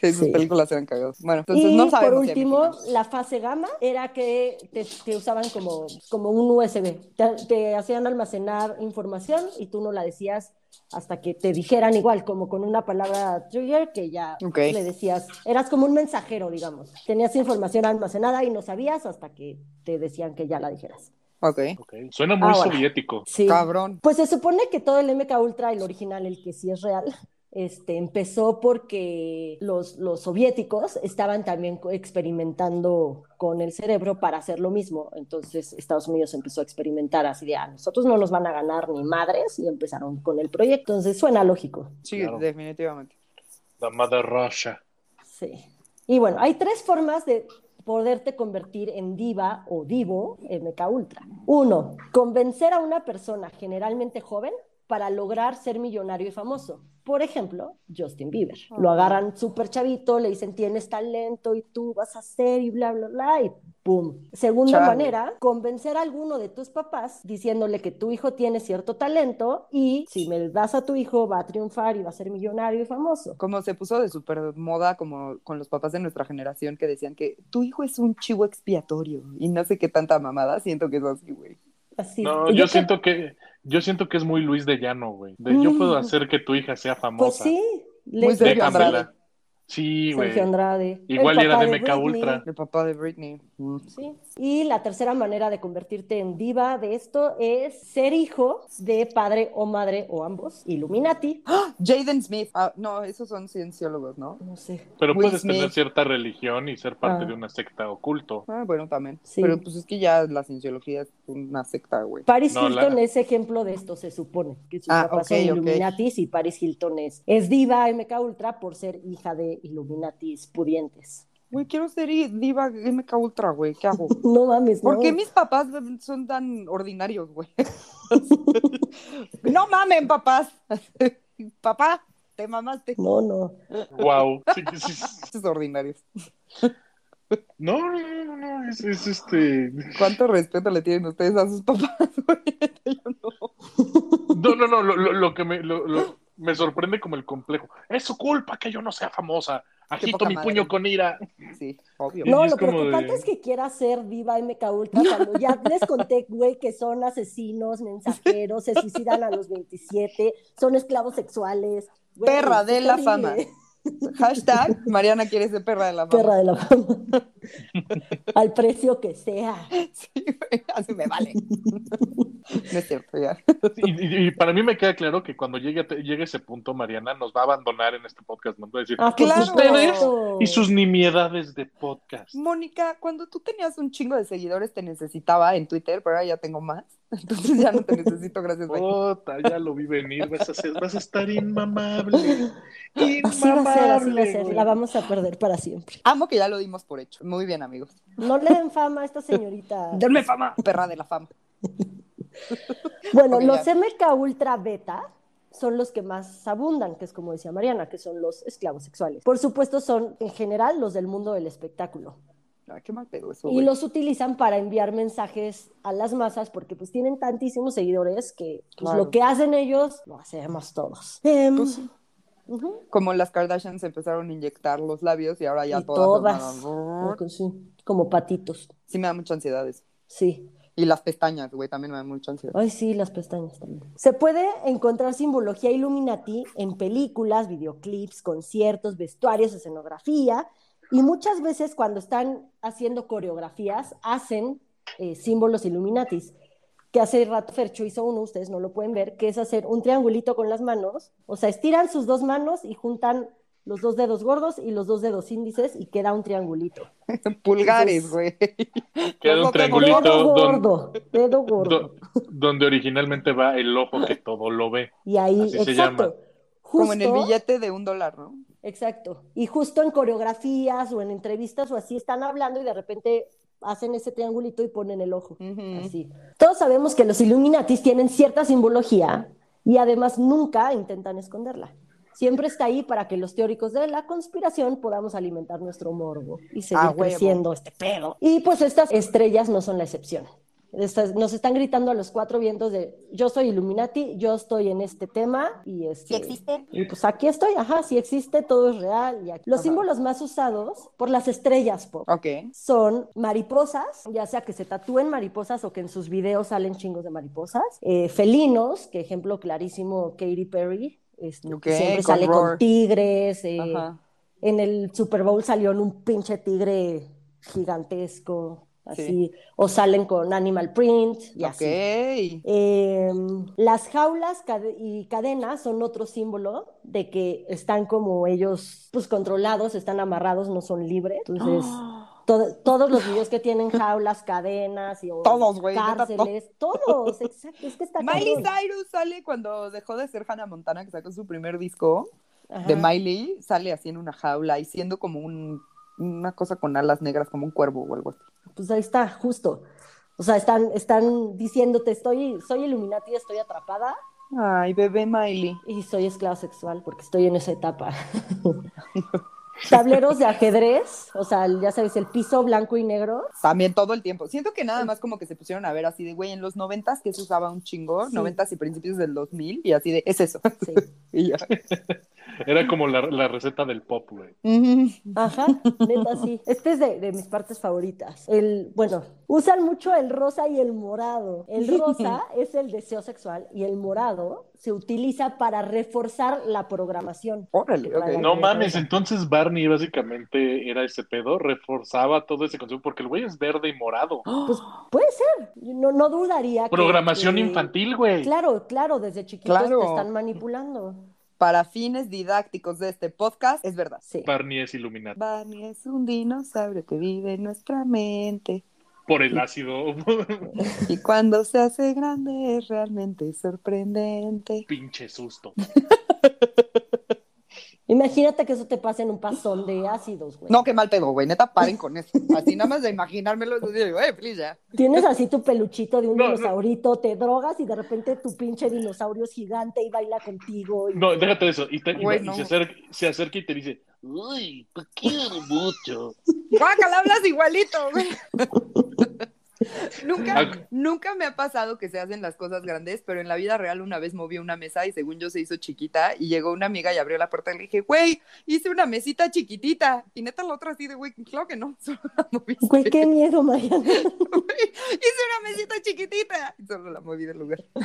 D: Que sus
C: Sí.
D: películas eran cagadas. Bueno, entonces
C: y
D: no sabemos.
C: por
D: si hay
C: último,
D: mexicanos.
C: la fase gamma era que te, te usaban como, como un USB. Te, te hacían almacenar información y tú no la decías hasta que te dijeran igual, como con una palabra trigger que ya
D: Ok.
C: le decías. Eras como un mensajero, digamos. Tenías información almacenada y no sabías hasta que te decían que ya la dijeras.
D: Ok.
B: Ok. Suena muy
C: Ah, bueno.
B: soviético.
C: Sí.
D: Cabrón.
C: Pues se supone que todo el MK Ultra, el original, el que sí es real, este, empezó porque los, los soviéticos estaban también co- experimentando con el cerebro para hacer lo mismo. Entonces Estados Unidos empezó a experimentar así de, "Ah, nosotros no nos van a ganar ni madres y empezaron con el proyecto. Entonces suena lógico.
D: Sí,
B: Claro.
D: definitivamente.
B: La madre Russia.
C: Sí. Y bueno, hay tres formas de poderte convertir en diva o divo MK Ultra. Uno, convencer a una persona generalmente joven para lograr ser millonario y famoso. Por ejemplo, Justin Bieber. Lo agarran súper chavito, le dicen tienes talento y tú vas a ser y bla, bla, bla, y ¡pum! Segunda
D: Chale.
C: manera, convencer a alguno de tus papás diciéndole que tu hijo tiene cierto talento y si me das a tu hijo va a triunfar y va a ser millonario y famoso.
D: Como se puso de super moda como con los papás de nuestra generación que decían que tu hijo es un chivo expiatorio y no sé qué tanta mamada, siento que es así, güey.
C: Así.
B: No,
C: Y
B: yo
C: creo-
B: siento que yo siento que es muy Luis de Llano, güey. De, yo puedo hacer que tu hija sea
C: Mm. Pues
B: famosa.
C: sí, le-
D: Muy Sergio
B: Déjamela.
D: Andrade.
B: Sí, güey.
C: Sergio Andrade. el
B: Igual y era
C: papá
B: de Meca
C: Britney.
B: Ultra.
D: El papá de Britney. Mm.
C: Sí. Y la tercera manera de convertirte en diva de esto es ser hijo de padre o madre o ambos, Illuminati.
D: Jaden Smith. Ah, no, esos son cienciólogos, ¿no?
C: No sé.
B: Pero
D: Will
B: puedes
D: Smith.
B: tener cierta religión y ser parte
C: Ah.
B: de una secta oculto.
D: Ah, bueno, también.
C: Sí.
D: Pero pues es que ya la cienciología es una secta, güey.
C: Paris
B: No, la-
C: Hilton es ejemplo de esto, se supone, que sus
D: Ah,
C: papás
D: ok, ok.
C: son Illuminatis y Paris Hilton es, es diva MK Ultra por ser hija de Illuminatis pudientes.
D: Güey, quiero ser i- diva MK Ultra, güey. ¿Qué hago?
C: No mames,
D: ¿Por
C: no.
D: qué mis papás son tan ordinarios, güey? no mamen, papás. Papá, te mamaste.
C: No, no.
B: Wow. Sí, sí, sí.
D: Estos ordinarios.
B: No, no, no, no, no, es, es este.
D: ¿Cuánto respeto le tienen ustedes a sus papás, güey? Yo no.
B: No, no, no, lo, lo- lo que me, lo- lo- me sorprende como el complejo. Es su culpa que yo no sea famosa. Agito
D: poca
B: mi
D: madre.
B: puño con ira.
D: Sí, obvio.
B: Y
C: No,
B: es
C: lo
B: como
C: preocupante
B: de-
C: es que quiera ser diva MK Ultra cuando ya les conté, güey, que son asesinos, mensajeros, se suicidan a los 27, son esclavos sexuales. Güey,
D: Perra
C: es
D: de la
C: horrible.
D: fama. Hashtag Mariana quiere ser perra de la fama.
C: Perra de la fama. Al precio que sea.
D: Sí, güey, así me vale. No es cierto, ya.
B: Y, y- y para mí me queda claro que cuando llegue, a te- llegue ese punto, Mariana nos va a abandonar en este podcast. Nos va a decir,
C: Ah, por
D: Claro.
B: ustedes
C: supuesto.
B: y sus nimiedades de podcast.
D: Mónica, cuando tú tenías un chingo de seguidores te necesitaba en Twitter, pero ahora ya tengo más. Entonces ya no te necesito, gracias. bye.
C: Oh.
B: Puta, ya lo vi venir. Vas a, ser- vas a estar inmamable.
C: Así va a ser, así va a
B: Inmamable.
C: ser.
B: güey.
C: La vamos a perder para siempre.
D: Amo que ya lo dimos por hecho. Muy bien, amigos.
C: No le den fama a esta señorita.
D: Denme fama, perra de la fama.
C: Bueno,
D: Ok,
C: los
D: ya.
C: MK Ultra Beta son los que más abundan, que es como decía Mariana, que son los esclavos sexuales. Por supuesto, son en general los del mundo del espectáculo.
D: Ay, Ah, qué mal pedo eso.
C: Y
D: güey.
C: los utilizan para enviar mensajes a las masas porque pues tienen tantísimos seguidores que pues,
D: Claro.
C: lo que hacen ellos lo hacemos todos. Em,
D: Pues sí.
C: ujú.
D: Como las Kardashians empezaron a inyectar los labios y ahora ya
C: Y
D: todas.
C: todas.
D: todas.
C: Sí, Ah, Como patitos.
D: Sí, me da mucha ansiedad eso.
C: Sí.
D: Y las pestañas, güey, también me da mucha ansiedad.
C: Ay, sí, las pestañas también. Se puede encontrar simbología Illuminati en películas, videoclips, conciertos, vestuarios, escenografía. Y muchas veces cuando están haciendo coreografías, hacen eh, símbolos Illuminatis. Que hace rato Fercho hizo uno, ustedes no lo pueden ver, que es hacer un triangulito con las manos. O sea, estiran sus dos manos y juntan los dos dedos gordos y los dos dedos índices y queda un triangulito.
D: Pulgares, güey.
B: Queda un
D: Los dedos
B: triangulito
C: Dedo
B: don-
C: gordo, dedo gordo.
B: do- donde originalmente va el ojo que todo lo ve.
C: Y ahí,
B: Así se
C: exacto.
B: llama.
C: Justo,
D: Como en el billete de un dólar, ¿no?
C: Exacto. Y justo en coreografías o en entrevistas o así están hablando y de repente hacen ese triangulito y ponen el ojo.
D: Ujú.
C: Así. Todos sabemos que los Illuminatis tienen cierta simbología y además nunca intentan esconderla. Siempre está ahí para que los teóricos de la conspiración podamos alimentar nuestro morbo y seguir
D: Ah, huevo.
C: creciendo este pedo. Y pues estas estrellas no son la excepción. Estas- nos están gritando a los cuatro vientos de yo soy Illuminati, yo estoy en este tema y este, y pues aquí estoy, ajá, si existe, todo es real. Y aquí- Los
D: Ajá.
C: símbolos más usados por las estrellas pop
D: Ok.
C: son mariposas, ya sea que se tatúen mariposas o que en sus videos salen chingos de mariposas, eh, felinos, que ejemplo clarísimo Katy Perry, este, que
D: Ok,
C: siempre
D: con
C: sale
D: Roar.
C: con tigres, eh,
D: Ajá.
C: en el Super Bowl salió en un pinche tigre gigantesco, así,
D: Sí.
C: o salen con animal print y
D: Ok.
C: así. Eh, las jaulas cade- y cadenas son otro símbolo de que están como ellos, pues controlados, están amarrados, no son libres. Entonces,
D: ¡Ah!
C: todo- todos los videos que tienen jaulas, cadenas y o
D: Todos, güey, neta,
C: cárceles, todos, exacto. Es que está
D: Miley
C: cabrón.
D: Cyrus sale cuando dejó de ser Hannah Montana, que sacó su primer disco
C: Ajá.
D: ah, de Miley, sale así en una jaula y siendo como un, una cosa con alas negras, como un cuervo o algo así.
C: Pues ahí está, justo. O sea, están, están diciéndote, estoy, soy Illuminati, estoy atrapada
D: Ay, bebé Miley.
C: y soy esclava sexual porque estoy en esa etapa. Tableros de ajedrez, o sea, el- ya sabes, el piso blanco y negro.
D: También todo el tiempo. Siento que nada más como que se pusieron a ver así de, güey, en los noventas que se usaba un chingo,
C: Sí.
D: noventas y principios del 2000 y así de, es eso.
C: Sí.
D: Y ya.
B: Era como la, la receta del pop, güey.
D: Ujú.
C: Ajá, neta, sí. Este es de, de mis partes favoritas. El, bueno, usan mucho el rosa y el morado. El rosa es el deseo sexual y el morado se utiliza para reforzar la programación.
D: Órale, ok.
B: No mames, entonces Barney básicamente era ese pedo, reforzaba todo ese concepto, porque el güey es verde y morado.
C: Pues puede ser. No, no dudaría. que-
B: Programación
C: que-
B: infantil, güey.
C: Claro, claro, desde chiquitos
D: Claro.
C: te están manipulando.
D: Para fines didácticos de este podcast, es verdad.
C: Sí.
B: Barney es iluminado
D: Barney es un dinosaurio que vive en nuestra mente.
B: por el ácido.
D: Y cuando se hace grande es realmente sorprendente.
B: Pinche susto.
C: Imagínate que eso te pase en un pasón de ácidos, güey.
D: No, qué mal pedo, güey. Neta, paren con eso. Así nada más de imaginármelo, yo digo, eh, please, ya.
C: Tienes así tu peluchito de un
B: No, no.
C: dinosaurito, te drogas y de repente tu pinche dinosaurio es gigante y baila contigo. y-
B: No, déjate eso. Y, te- y-
D: Güey,
B: y
D: no.
B: se, acerca, se acerca y te dice,
A: Uy, te quiero mucho.
D: Guácala, hablas igualito, güey.
B: Ah.
D: nunca, nunca me ha pasado que se hacen las cosas grandes, pero en la vida real una vez moví una mesa y según yo se hizo chiquita y llegó una amiga y abrió la puerta y le dije, güey, hice una mesita chiquitita. Y neta la otra así de, güey, claro que no, solo la moví.
C: Güey, qué miedo, Mariana.
D: Hice una mesita chiquitita. Y solo la moví del lugar.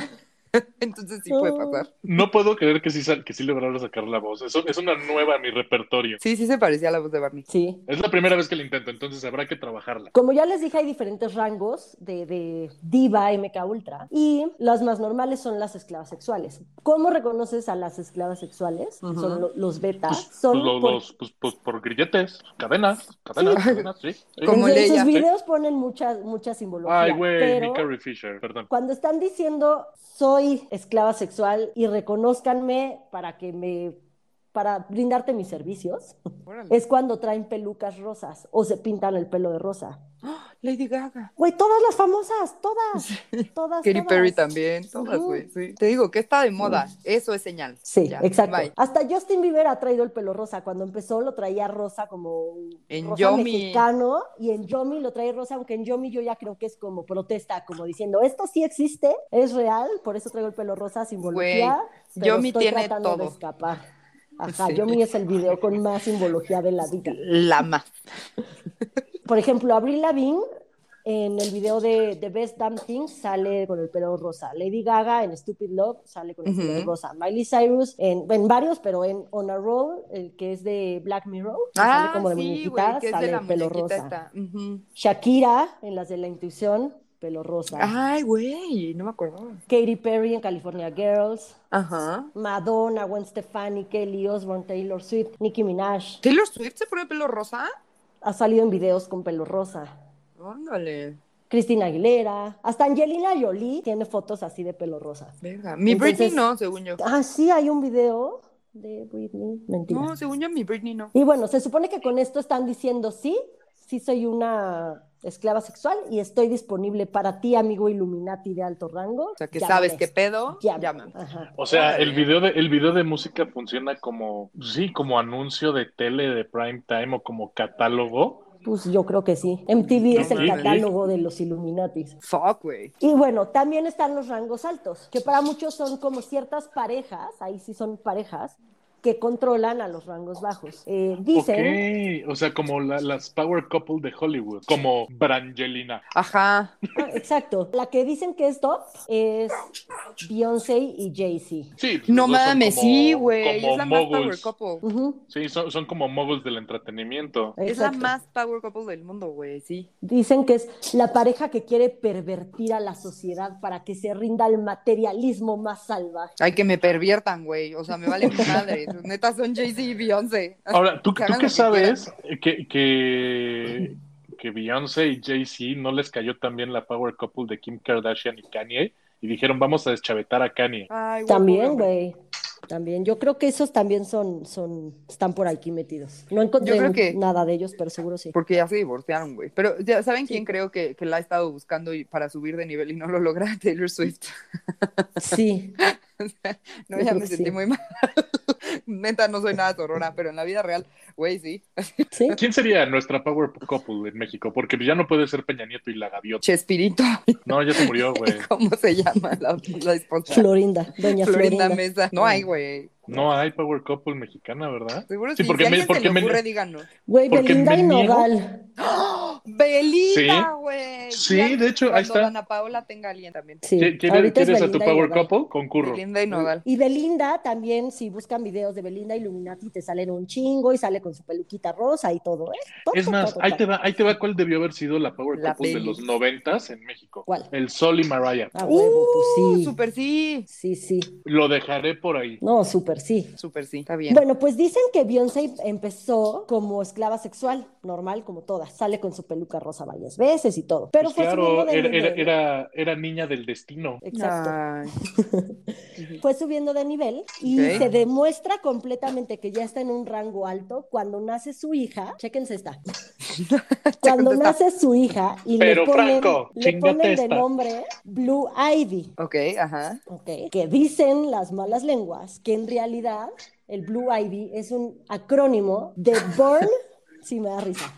D: Entonces sí puede pasar.
B: no puedo creer que sí, sal- que sí lograron sacar la voz. Eso es una nueva a mi repertorio.
D: Sí, sí se parecía a la voz de Barney.
C: Sí.
B: Es la primera vez que lo intento, entonces habrá que trabajarla.
C: Como ya les dije, hay diferentes rangos de, de diva MK Ultra y las más normales son las esclavas sexuales. ¿Cómo reconoces a las esclavas sexuales?
D: Ujú.
C: Son lo- los betas.
B: Pues,
C: Son
B: los,
C: por-
B: los- pues, pues, por grilletes, cadenas, cadenas, cadenas, sí. sí.
D: Como
C: en
D: Leia.
C: sus videos ponen muchas muchas simbología.
B: Ay, güey,
C: pero
B: mi Carrie Fisher, perdón.
C: cuando están diciendo soy esclava sexual y reconozcanme para que me para brindarte mis servicios,
D: Órale.
C: es cuando traen pelucas rosas o se pintan el pelo de rosa.
D: Lady Gaga.
C: Güey, todas las famosas, todas, todas.
D: Katy
C: todas.
D: Perry también, todas,
C: Ujú.
D: güey. sí. Te digo que está de moda, eso es señal.
C: Sí,
D: Ya,
C: exacto.
D: bye.
C: Hasta Justin Bieber ha traído el pelo rosa. Cuando empezó lo traía rosa como
D: En
C: rosa
D: Yomi.
C: mexicano y en Yomi lo trae rosa, aunque en Yomi yo ya creo que es como protesta, como diciendo esto sí existe, es real, por eso traigo el pelo rosa simbología. pero
D: Yomi
C: estoy
D: tiene
C: tratando de
D: todo.
C: escapar. Ajá,
D: Sí.
C: Yomi es el video con más simbología de la vida.
D: Lama.
C: Por ejemplo, Avril Lavigne en el video de The Best Damn Thing sale con el pelo rosa. Lady Gaga en Stupid Love sale con el pelo
D: Ujú.
C: rosa. Miley Cyrus en, en varios, pero en On a Roll, el que es de Black Mirror, que sale como de muñequita,
D: Ah, que es
C: sale
D: de la
C: el pelo
D: muñequita
C: rosa.
D: esta. Ujú.
C: Shakira en las de La Intuición, pelo rosa.
D: Ay, güey, no me acuerdo.
C: Katy Perry en California Girls.
D: Ajá.
C: Madonna, Gwen Stefani, Kelly Osbourne, Taylor Swift, Nicki Minaj.
D: ¿Taylor Swift se pone pelo rosa?
C: Ha salido en videos con pelo rosa.
D: Ándale.
C: Cristina Aguilera, hasta Angelina Jolie tiene fotos así de pelo rosa.
D: Verga. Mi
C: Entonces-
D: Britney no, según yo.
C: Ah, sí, hay un video de Britney, mentira.
D: No, según yo, mi Britney no.
C: Y bueno, se supone que con esto están diciendo sí, sí soy una esclava sexual y estoy disponible para ti, amigo Illuminati de alto rango.
D: O sea, que
C: Llámame.
D: sabes qué pedo,
C: Llámame.
D: llama.
C: Ajá.
B: O sea, el
D: Órale.
B: video de el video de música funciona como sí, como anuncio de tele de prime time o como catálogo.
C: Pues yo creo que sí. MTV es el
B: Sí.
C: catálogo de los Illuminatis.
D: Fuck, güey.
C: Y bueno, también están los rangos altos, que para muchos son como ciertas parejas, ahí sí son parejas, que controlan a los rangos bajos. Eh, dicen,
B: Ok, o sea, como la- las power couple de Hollywood, como Brangelina.
D: Ajá.
C: Ah, exacto, la que dicen que es top es Beyoncé y Jay-Z.
B: Sí, pues,
D: No
B: los dos son
D: mames,
B: como-
D: sí, güey.
B: como
D: Es la más power
B: moguls.
D: couple.
C: Ujú,
B: Sí, son, son como moguls del entretenimiento.
D: Es la
C: exacto.
D: más power couple del mundo, güey, sí.
C: Dicen que es la pareja que quiere pervertir a la sociedad para que se rinda al materialismo más salvaje.
D: Ay, que me perviertan, güey. O sea, me vale mi madre. Neta, son Jay-Z y Beyoncé.
B: Ahora, ¿tú,
D: Que
B: tú
D: hagan lo
B: qué
D: que
B: sabes que, que, que Beyoncé y Jay-Z no les cayó también la power couple de Kim Kardashian y Kanye? Y dijeron, vamos a deschavetar a Kanye.
D: Ay, güey,
C: También,
D: pobre hombre.
C: güey. También, yo creo que esos también son, son, están por aquí metidos. No encontré
D: Yo creo que-
C: nada de ellos, pero seguro sí.
D: Porque ya se divorciaron, güey. Pero ya saben quién creo que, que la ha estado buscando y- para subir de nivel y no lo logra Taylor Swift.
C: Sí, Yo
D: No, ya
C: creo
D: me
C: que
D: sentí
C: sí.
D: muy mal. Neta, no soy nada torrona, pero en la vida real, güey, sí.
C: sí.
B: ¿Quién sería nuestra power couple en México? Porque ya no puede ser Peña Nieto y la gaviota.
D: Chespirito,
B: No, ya se murió, güey.
D: ¿cómo se llama la, la esposa?
C: Florinda, doña Florinda.
D: Florinda Mesa. No hay, güey.
B: No hay Power Couple mexicana, ¿verdad?
D: Seguro
B: Sí,
D: sí,
B: porque
D: si
B: me-
D: alguien
B: porque
D: se
B: me-
D: le ocurre, díganos.
C: Güey,
B: Porque
C: Belinda
B: me
C: y
B: niego.
C: Nodal.
D: ¡Belinda, güey!
B: Sí,
D: Eh, Ya,
B: de hecho, ahí
D: Cuando
B: está.
D: Ana Paola tenga alguien también.
C: Sí,
B: ¿Qui- quiere-
C: ahorita es
B: ¿Quieres a tu
C: Belinda y
B: Power
C: Nodal.
B: Couple? Concurro.
D: Belinda y Nodal.
C: Y Belinda también, si buscan videos de Belinda Illuminati, te salen un chingo y sale con su peluquita rosa y todo, ¿eh? Todo,
B: Es más,
C: todo,
B: ahí
C: todo.
B: te va, ahí te va cuál debió haber sido la Power
D: La
B: Couple de
D: peli.
B: los noventas en México.
C: ¿Cuál?
B: El Sol y Mariah.
C: A Ah, huevo,
D: Uh,
C: pues sí.
D: Súper sí.
C: Sí, sí.
B: Lo dejaré por ahí.
C: No, súper sí.
D: Súper sí, está bien.
C: Bueno, pues dicen que Beyoncé empezó como esclava sexual, normal como todas. Sale con su peluca rosa varias veces y todo. Pero
B: Pues
C: fue subiendo
B: claro,
C: de
B: era, era,
C: nivel.
B: era, era niña del destino.
C: Exacto.
D: Ay.
C: Fue subiendo de nivel y
D: Ok.
C: se demuestra completamente que ya está en un rango alto cuando nace su hija. Chéquense esta. cuando
D: esta.
C: nace su hija y
B: Pero,
C: le ponen,
B: Franco,
C: le
B: chingate
C: ponen de
B: esta.
C: nombre Blue Ivy.
D: Ok, ajá.
C: Ok. Que dicen las malas lenguas que en realidad el Blue Ivy es un acrónimo de Born, si me da risa,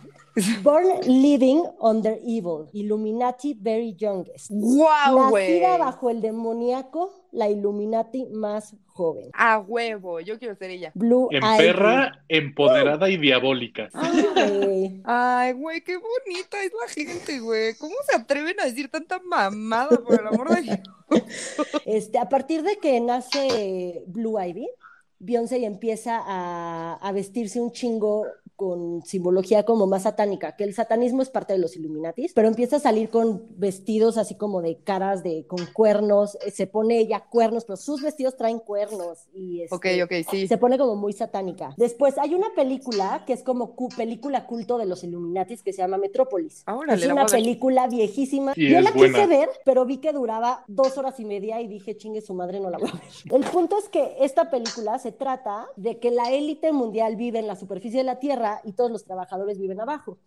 C: Born Living Under Evil, Illuminati Very Youngest.
D: ¡Wow, güey!
C: Nacida bajo el demoníaco, la Illuminati más joven.
D: A huevo, yo quiero ser ella.
C: Blue
B: En
C: Ivy. Ah,
B: perra, empoderada y diabólica.
D: ¡Ah!
C: Sí.
D: Ay, güey, qué bonita es la gente, güey. ¿Cómo se atreven a decir tanta mamada, por el amor de Dios?
C: Este, a partir de que nace Blue Ivy, Beyoncé empieza a, a vestirse un chingo con simbología como más satánica, que el satanismo es parte de los Illuminatis, pero empieza a salir con vestidos así como de caras de con cuernos, eh, se pone ella cuernos, pero sus vestidos traen cuernos y este,
D: Ok, ok, sí.
C: se pone como muy satánica. Después hay una película que es como cu- película culto de los Illuminatis que se llama Metrópolis.
D: Órale,
C: es
D: la
C: una
D: voy a ver.
C: película viejísima.
B: Y
C: Yo
B: es
C: la
B: buena.
C: quise ver, pero vi que duraba dos horas y media y dije, chingue su madre, no la voy a ver. El punto es que esta película se trata de que la élite mundial vive en la superficie de la Tierra y todos los trabajadores viven abajo.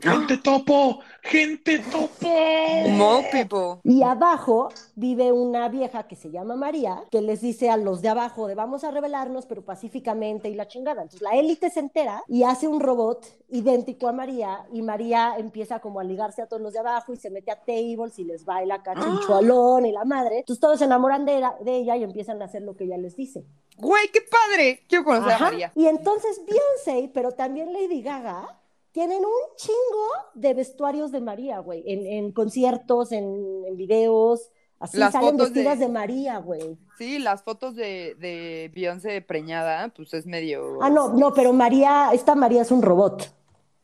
B: ¡Gente topo! ¡Gente topo!
D: Mo people.
C: Y abajo vive una vieja que se llama María, que les dice a los de abajo de vamos a rebelarnos, pero pacíficamente y la chingada. Entonces la élite se entera y hace un robot idéntico a María y María empieza como a ligarse a todos los de abajo y se mete a tables y les baila cachinchualón y la madre. Entonces todos se enamoran de, era- de ella y empiezan a hacer lo que ella les dice.
D: Güey, qué padre. Quiero conocer
C: Ajá.
D: a María.
C: Y entonces Beyoncé, pero también Lady Gaga, tienen un chingo de vestuarios de María, güey, en, en conciertos, en, en videos, así
D: Las
C: salen
D: fotos
C: vestidas de,
D: de-
C: María, güey.
D: Sí, las fotos de, de Beyoncé preñada, pues es medio.
C: Ah, no, no, pero María, esta María es un robot.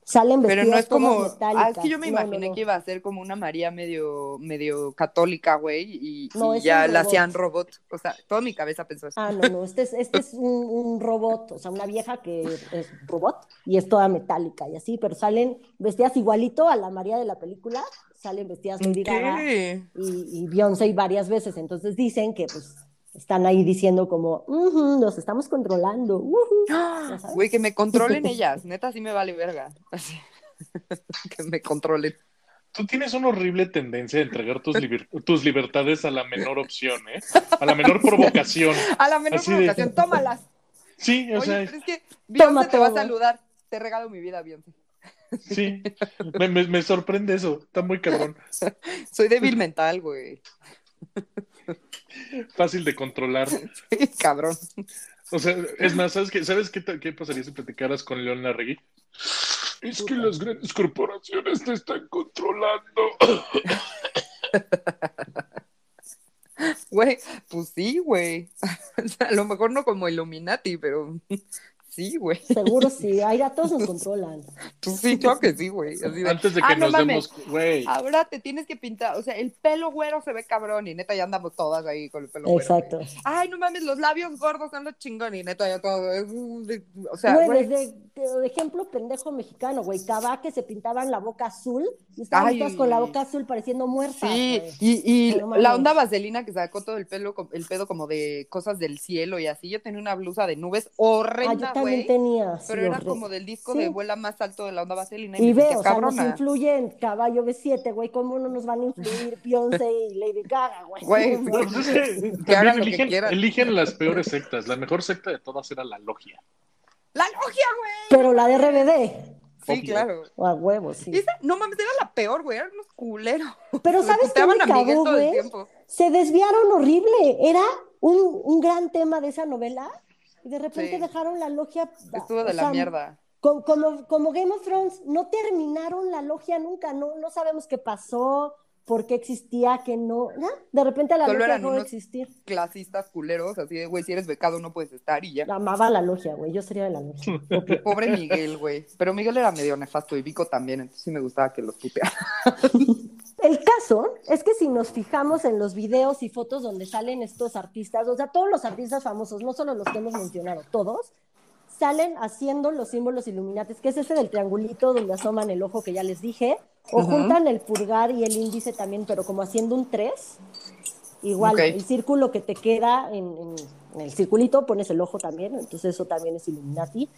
C: Salen
D: Pero
C: vestidas
D: no es como.
C: todas metálicas.
D: Ah, es que yo me
C: No, no,
D: imaginé
C: no.
D: que iba a ser como una María medio, medio católica, güey, y,
C: No,
D: y
C: es
D: ya
C: un
D: la
C: robot.
D: hacían robot. O sea, toda mi cabeza pensó eso.
C: Ah, no, no, este es, este es un, un robot, o sea, una vieja que es robot y es toda metálica y así, pero salen vestidas igualito a la María de la película, salen vestidas Lady Gaga,
D: ¿Qué?
C: y, y Beyoncé varias veces. Entonces dicen que pues están ahí diciendo como, "Ujú, nos estamos controlando. ujú". Ya sabes.
D: Güey, que me controlen ellas. Neta, sí me vale verga. Así. que me controlen.
B: Tú tienes una horrible tendencia de entregar tus, liber- tus libertades a la menor opción, ¿eh? A la menor provocación.
D: A la menor
B: Así de-
D: provocación, tómalas.
B: Sí, o
D: Oye,
B: sea,
D: pero es que
C: Toma
D: Beyoncé te va a
C: todo.
D: saludar. Te regalo mi vida, Beyoncé.
B: sí. Me, me- me sorprende eso. Está muy cabrón.
D: Soy débil mental, güey.
B: Fácil de controlar.
D: Cabrón.
B: O sea, es más, ¿sabes qué, ¿sabes qué, ta- qué pasaría si platicaras con León Larregui? Es que las grandes corporaciones te están controlando.
D: Güey, pues sí, güey. O sea, a lo mejor no como Illuminati, pero sí, güey.
C: Seguro sí, hay todos nos controlan.
D: Pues sí, claro que sí, güey. Así de,
B: Antes de que
D: "Ah, no
B: nos
D: mames, Ah,
B: demos, güey.
D: Ahora te tienes que pintar, o sea, el pelo güero se ve cabrón y neta ya andamos todas ahí con el pelo güero.
C: Exacto.
D: Ay, no mames, los labios gordos son los chingón y neta ya todo. es un- de- O sea,
C: Güey,
D: güey,
C: desde de- de ejemplo pendejo mexicano, güey, Cabá que se pintaban la boca azul y estaban
D: Ay.
C: todas con la boca azul pareciendo muertas.
D: sí.
C: güey.
D: Y, y
C: No mames.
D: la onda vaselina que sacó todo el pelo, co- el pedo como de cosas del cielo y así. Yo tenía una blusa de nubes
C: Ah, yo
D: horrenda,
C: también
D: güey.
C: tenía. sí,
D: Pero era
C: horrible.
D: como del disco
C: Sí.
D: de vuela más alto de la onda vaselina. Y,
C: Y
D: me
C: ve,
D: sentía
C: o sea, nos
D: cabrona.
C: influyen Caballo B7, güey, ¿cómo no nos van a influir Beyoncé y Lady Gaga, güey?
D: Güey,
B: No, pues es que también
D: hagan lo que
B: eligen,
D: quieran.
B: eligen las peores sectas. La mejor secta de todas era la logia.
D: ¡La logia, güey!
C: Pero la de RBD,
D: Sí,
B: Obvio.
D: claro.
C: a huevo, sí.
D: Y esa- no mames, era la peor, güey. Eran unos culeros.
C: Pero
D: Me
C: ¿sabes qué me
D: pintaban a Miguel
C: cagó,
D: todo el
C: güey?
D: tiempo.
C: Se desviaron horrible. Era un, un gran tema de esa novela Y de repente
D: Sí.
C: dejaron la logia.
D: Estuvo
C: o
D: de la
C: sea,
D: mierda.
C: co- Como, como Game of Thrones, no terminaron la logia nunca, no, no sabemos qué pasó, por qué existía, que no. ¿no? De repente la
D: Solo
C: logia
D: eran
C: dejó de
D: unos-
C: existir.
D: Clasistas culeros, así de, güey, si eres becado no puedes estar y ya.
C: Amaba la logia, güey, yo sería de la logia.
D: Pobre Miguel, güey. Pero Miguel era medio nefasto y Vico también, entonces sí me gustaba que los puteara.
C: El caso es que si nos fijamos en los videos y fotos donde salen estos artistas, o sea, todos los artistas famosos, no solo los que hemos mencionado, todos, salen haciendo los símbolos iluminates, que es ese del triangulito donde asoman el ojo que ya les dije, o
D: Ujú.
C: juntan el pulgar y el índice también, pero como haciendo un 3, igual
D: Ok.
C: el círculo que te queda en, en- en el circulito, pones el ojo también, entonces eso también es Illuminati.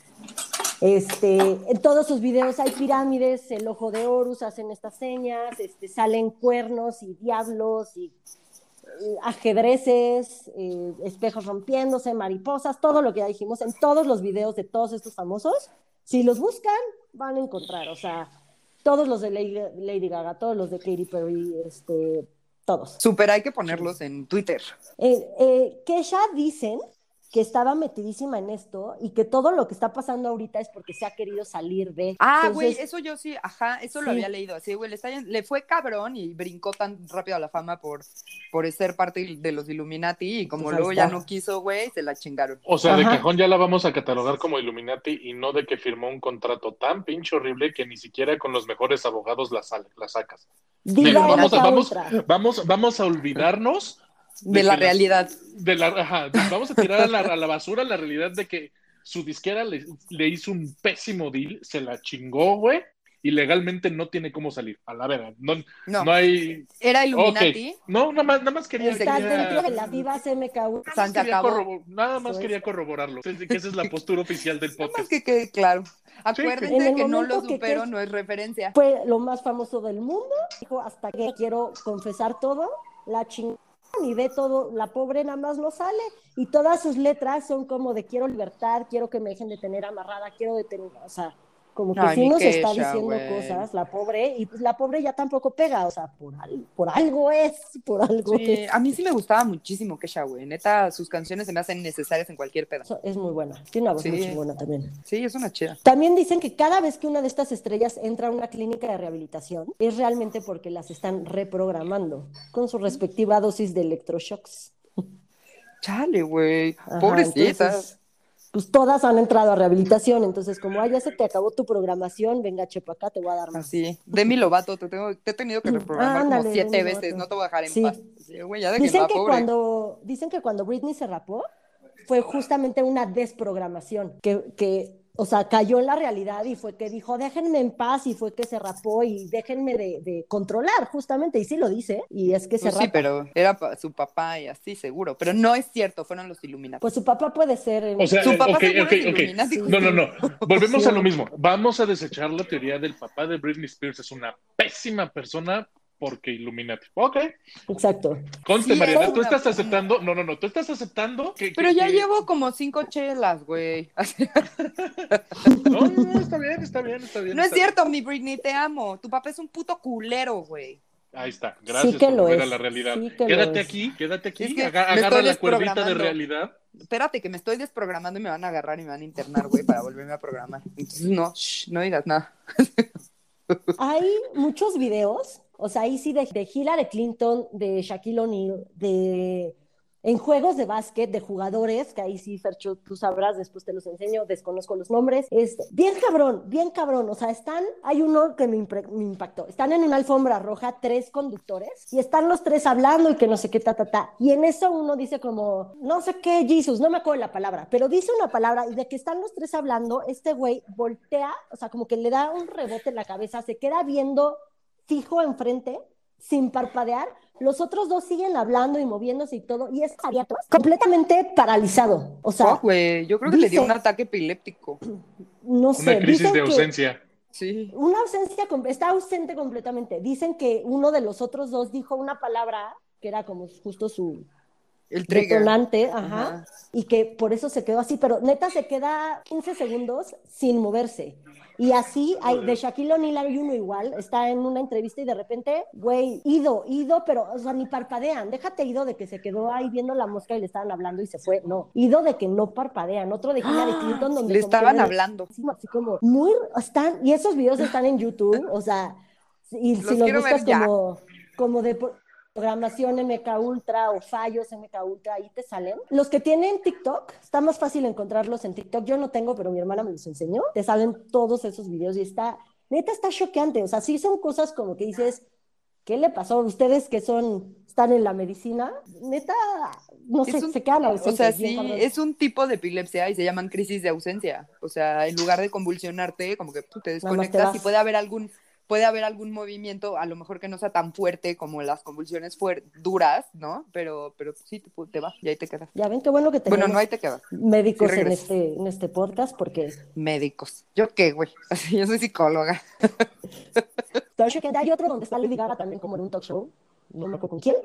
C: Este, en todos sus videos hay pirámides, el ojo de Horus, hacen estas señas, este, salen cuernos y diablos y eh, ajedrezes, eh, espejos rompiéndose, mariposas, todo lo que ya dijimos en todos los videos de todos estos famosos. Si los buscan, van a encontrar, o sea, todos los de Lady, Lady Gaga, todos los de Katy Perry, este, todos.
D: Super, hay que ponerlos en Twitter.
C: Eh, eh, que ya dicen que estaba metidísima en esto y que todo lo que está pasando ahorita es porque se ha querido salir de...
D: Ah,
C: Entonces,
D: güey, eso yo sí, ajá, eso
C: Sí.
D: lo había leído. Así, güey, le, está yendo- le fue cabrón y brincó tan rápido a la fama por, por ser parte de los Illuminati y como
C: Pues ahí
D: luego
C: está.
D: ya no quiso, güey, se la chingaron.
B: O sea, de
C: Ajá.
B: cajón ya la vamos a catalogar como Illuminati y no de que firmó un contrato tan pinche horrible que ni siquiera con los mejores abogados la, sal- la sacas.
C: diva
B: Digo, vamos,
C: era
B: vamos,
C: otra.
B: vamos, vamos a olvidarnos
D: De la
B: que las-
D: realidad.
B: de la, ajá, vamos a tirar a la, a la basura la realidad de que su disquera le, le hizo un pésimo deal, se la chingó, güey, y legalmente no tiene cómo salir. A la verdad, no,
D: No,
B: no hay.
D: era
B: Ok.
D: Illuminati.
B: No, nada más, nada más quería.
C: Está
B: quería-
C: dentro de la diva CMKU.
B: nada más
D: San, se
B: quería
D: acabó.
B: corrobo- Nada más
C: Eso es.
B: quería corroborarlo. Desde que esa es la postura oficial del
D: Nada más
B: podcast.
D: que quede claro.
C: En
D: Acuérdense
C: el
D: que no lo
C: momento que
D: supero,
C: quede-
D: no es referencia.
C: fue lo más famoso del mundo. Dijo, hasta que quiero confesar todo, la chingada y ve todo, la pobre nada más no sale. Y todas sus letras son como de quiero libertad, quiero que me dejen de tener amarrada, quiero detener, o sea, como que
D: Ay,
C: sí
D: mi
C: nos está
D: queja,
C: diciendo
D: güey.
C: cosas, la pobre, y pues la pobre ya tampoco pega, o sea, por, al- por algo es, por algo
D: Sí,
C: es.
D: a mí sí me gustaba muchísimo Kesha, güey. Neta, sus canciones se me hacen necesarias en cualquier pedazo.
C: Eso Es muy buena, tiene una voz muy
D: Sí.
C: chingona también.
D: Sí, es una chida.
C: También dicen que cada vez que una de estas estrellas entra a una clínica de rehabilitación es realmente porque las están reprogramando con su respectiva dosis de electroshocks.
D: Chale, güey.
C: Ajá,
D: Pobrecitas.
C: entonces, pues todas han entrado a rehabilitación, entonces como "Ay, ya se te acabó tu programación, venga chepa acá, te voy a dar más.
D: Así. Demi Lovato, te, tengo, te he tenido que reprogramar
C: Mm, Ándale,
D: como siete
C: Demi
D: veces.
C: Lovato.
D: No te voy a dejar en
C: Sí.
D: paz. Sí, güey, ya de que
C: Dicen
D: la
C: que
D: pobre. Pues,
C: cuando dicen que cuando Britney se rapó fue justamente una desprogramación que, que o sea, cayó en la realidad y fue que dijo, déjenme en paz, y fue que se rapó y déjenme de, de controlar, justamente, y sí lo dice, y es que se
D: Pues
C: rapa.
D: sí, pero era pa- su papá y así, seguro. Pero no es cierto, fueron los Illuminati.
C: Pues su papá puede ser. eh,
B: O sea,
D: su papá
B: ok,
D: seguro
B: ok,
D: es
B: ok.
D: Illuminati.
C: Sí.
B: No, no, no. Volvemos
C: Sí.
B: a lo mismo. Vamos a desechar la teoría del papá de Britney Spears. Es una pésima persona porque Illuminati. Ok.
C: exacto.
B: Conste,
D: Sí,
B: Mariana,
D: es
B: tú
D: una-
B: estás aceptando. No, no, no. Tú estás aceptando que. que-
D: Pero ya
B: que-
D: llevo como cinco chelas, güey.
B: No, no, no, está bien, está bien, está bien.
D: No es
B: está bien.
D: cierto, mi Britney, te amo. Tu papá es un puto culero, güey.
B: Ahí está. Gracias
C: Sí que
B: por
C: lo
B: volver
C: es,
B: a la realidad.
C: sí que lo
B: quédate
C: es.
B: aquí, quédate aquí.
D: Es que
B: aga- agarra
D: me estoy
B: la cuerdita de
D: desprogramando.
B: realidad.
D: Espérate, que me estoy desprogramando y me van a agarrar y me van a internar, güey, para volverme a programar. Entonces, no, shh, no digas nada. Pues
C: Hay muchos videos, o sea, ahí sí de, de Hillary Clinton, de Shaquille O'Neal, de en juegos de básquet de jugadores, que ahí sí, Fercho, tú sabrás, después te los enseño, desconozco los nombres. Este, bien cabrón, bien cabrón. O sea, están, hay uno que me, impre- me impactó. Están en una alfombra roja tres conductores y están los tres hablando y que no sé qué, ta, ta, ta. Y en eso uno dice como, no sé qué, Jesus, no me acuerdo la palabra, pero dice una palabra y de que están los tres hablando, este güey voltea, o sea, como que le da un rebote en la cabeza, se queda viendo fijo enfrente, sin parpadear. Los otros dos siguen hablando y moviéndose y todo, y es abierto, completamente paralizado. O sea,
B: Oh,
D: Fuck, güey, yo creo que le dio
C: dice-
D: un ataque epiléptico.
C: no
B: Una
C: sé.
B: crisis
C: dicen
B: de
C: que-
B: ausencia.
D: Sí.
C: Una ausencia, com- está ausente completamente. Dicen que uno de los otros dos dijo una palabra que era como justo su,
D: El trigger.
C: detonante, ajá,
D: Ajá.
C: y que por eso se quedó así, pero neta se queda 15 segundos sin moverse. Y así, hay, de Shaquille O'Neal hay uno igual, está en una entrevista y de repente, güey, ido, ido, pero, o sea, ni parpadean, déjate ido de que se quedó ahí viendo la mosca y le estaban hablando y se fue, no, ido de que no parpadean, otro de Hillary Clinton donde
D: Le
C: como
D: estaban
C: que-
D: hablando.
C: Sí, así como, muy, están, y esos videos están en YouTube, o sea, y
D: Los
C: si los
D: quiero ver
C: buscas
D: ya.
C: como, como de pro- programación MK Ultra o fallos MK Ultra, ahí te salen. Los que tienen TikTok, está más fácil encontrarlos en TikTok. Yo no tengo, pero mi hermana me los enseñó. Te salen todos esos videos y está, neta, está choqueante. O sea, sí son cosas como que dices, ¿qué le pasó? Ustedes que son, están en la medicina, neta, no
D: Es
C: sé,
D: un-
C: se quedan
D: O sea,
C: ausentes, bien
D: sí,
C: cabrones.
D: es un tipo de epilepsia y se llaman crisis de ausencia. O sea, en lugar de convulsionarte, como que tú te
C: Nada más te
D: desconectas y
C: vas.
D: puede haber algún puede haber algún movimiento, a lo mejor que no sea tan fuerte como las convulsiones fuer- duras, ¿no? Pero pero sí te, pu- te va y ahí te quedas.
C: Ya ven, qué bueno que tenemos
D: Bueno, no ahí te quedas.
C: médicos
D: Sí,
C: en,
D: regresa.
C: este, en este podcast porque
D: Médicos. ¿Yo qué, güey? Yo soy psicóloga.
C: Pero yo creo que hay otro donde está Lady Gaga también como en un talk show, no me acuerdo con quién,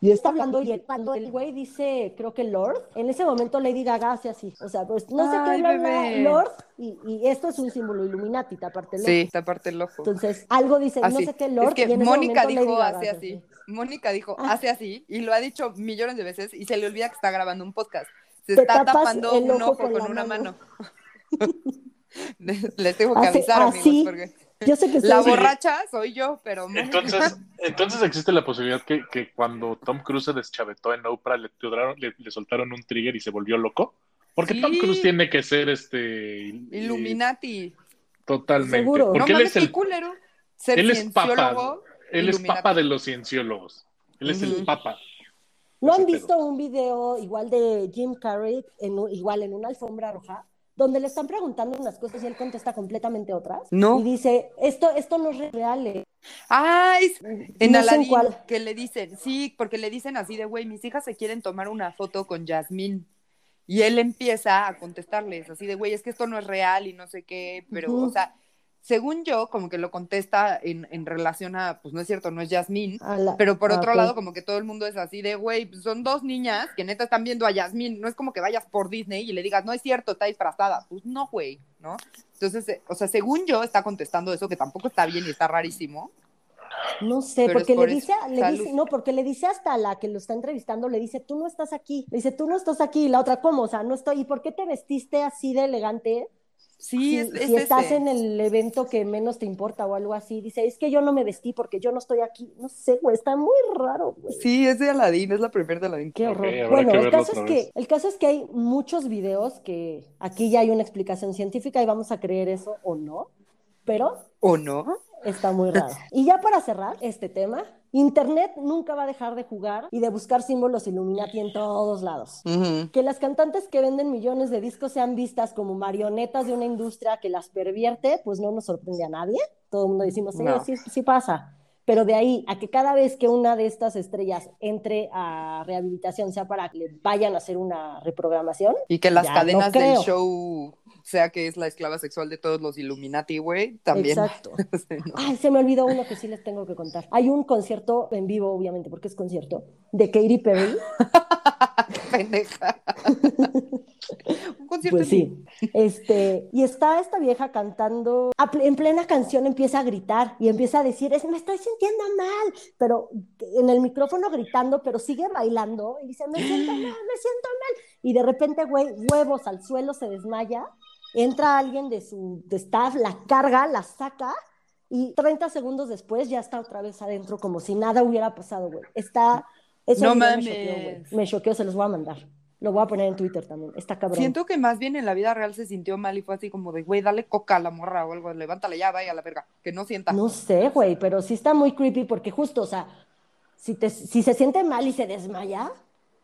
C: y está hablando y el- cuando el güey dice, creo que Lord, en ese momento Lady Gaga hace así, o sea, pues no sé
D: Ay,
C: qué habla
D: bebé.
C: Lord, y, y esto es un símbolo Illuminati, te aparte Lord.
D: Sí, te parte el ojo.
C: Entonces, algo dice,
D: Así.
C: no sé qué Lord,
D: es que
C: y en ese
D: Mónica
C: momento
D: dijo
C: Lady Gaga Ah.
D: hace
C: hace
D: así. Mónica dijo hace así y lo ha dicho millones de veces y se le olvida que está grabando un podcast. Se
C: Te
D: está
C: tapas
D: tapando
C: el
D: un
C: ojo
D: ojo
C: con
D: con,
C: la
D: una
C: mano.
D: mano. Les tengo que
C: Hace
D: avisar,
C: así.
D: amigos, porque
C: Yo sé que
D: la
B: Sí.
C: ustedes-
D: borracha soy yo, pero Mónica-
B: Entonces, entonces existe la posibilidad que, que cuando Tom Cruise se deschavetó en Oprah, le, tiraron- le- le soltaron un trigger y se volvió loco. Porque
D: Sí.
B: Tom Cruise tiene que ser este. il-
D: Illuminati.
B: Totalmente.
C: Seguro.
B: Porque
D: no
B: él
D: mames,
B: es el
D: qué culero. Ser
B: él es papa.
D: cienciólogo.
B: Él es
D: Illuminati.
B: papa de los cienciólogos. Él es
D: Ujú.
B: el papa.
C: ¿No
B: Ese
C: han
B: pedo.
C: visto un video igual de Jim Carrey, en un- igual en una alfombra roja, donde le están preguntando unas cosas y él contesta completamente otras?
D: No.
C: Y dice, esto, esto no es real. eh".
D: Ah, es en
C: No sé
D: Aladdin,
C: cuál.
D: que le dicen, sí, porque le dicen así de, güey, mis hijas se quieren tomar una foto con Yasmín. Y él empieza a contestarles así de, güey, es que esto no es real y no sé qué, pero,
C: Ujú.
D: o sea, según yo, como que lo contesta en, en relación a, pues no es cierto, no es Yasmín.
C: A la-
D: Pero por
C: Ah,
D: otro
C: ok.
D: lado, como que todo el mundo es así de, güey, pues, son dos niñas que neta están viendo a Yasmín. No es como que vayas por Disney y le digas, no es cierto, está disfrazada. Pues no, güey, ¿no? Entonces, eh, o sea, según yo, está contestando eso, que tampoco está bien y está rarísimo.
C: No sé,
D: Pero es
C: porque
D: por
C: le
D: eso.
C: dice, le
D: Salud.
C: dice, no, porque le dice hasta la que lo está entrevistando, le dice, tú no estás aquí, le dice, tú no estás aquí, y la otra, ¿cómo? O sea, no estoy, ¿y por qué te vestiste así de elegante
D: Sí,
C: si,
D: es, es
C: si estás
D: ese.
C: en el evento que menos te importa o algo así? Dice, es que yo no me vestí porque yo no estoy aquí, no sé, güey, está muy raro, güey.
D: Sí, es de Aladín, es la primera de Aladín.
C: Qué
B: Ok,
C: horror.
B: habrá
C: bueno,
B: que
C: el
B: verlo
C: caso, es
B: otra
C: que,
B: vez.
C: el caso es que hay muchos videos que aquí ya hay una explicación científica y vamos a creer eso o no, pero
D: ¿O no?
C: Está muy raro. Y ya para cerrar este tema, Internet nunca va a dejar de jugar y de buscar símbolos Illuminati en todos lados.
D: Ujú.
C: Que las cantantes que venden millones de discos sean vistas como marionetas de una industria que las pervierte, pues no nos sorprende a nadie. Todo el mundo decimos, "Eh,
D: No.
C: sí, sí pasa. Pero de ahí a que cada vez que una de estas estrellas entre a rehabilitación, sea para que le vayan a hacer una reprogramación,
D: Y que las
C: Ya, no
D: cadenas del
C: creo.
D: show sea que es la esclava sexual de todos los Illuminati, güey, también.
C: exacto.
D: Sí, ¿no?
C: Ay, se me olvidó uno que sí les tengo que contar. Hay un concierto en vivo, obviamente, porque es concierto, de Katy Perry.
D: Pendeja. Un concierto
C: Pues
D: en
C: sí. Este, y está esta vieja cantando, a pl- en plena canción empieza a gritar y empieza a decir, es, me estoy sintiendo mal, pero en el micrófono gritando, pero sigue bailando y dice, me siento mal, me siento mal. Y de repente, güey, huevos al suelo, se desmaya, entra alguien de su de staff, la carga, la saca. Y 30 segundos después ya está otra vez adentro como si nada hubiera pasado, güey. Está... Eso
D: No
C: a mí ya
D: mames.
C: Me choqueó, güey. Me choqueó, se los voy a mandar. Lo voy a poner en Twitter también. Está cabrón.
D: Siento que más bien en la vida real se sintió mal y fue así como de, güey, dale coca a la morra o algo, levántale ya, vaya a la verga, que no sienta.
C: No sé, güey, pero sí está muy creepy porque justo, o sea, si, te, si se siente mal y se desmaya,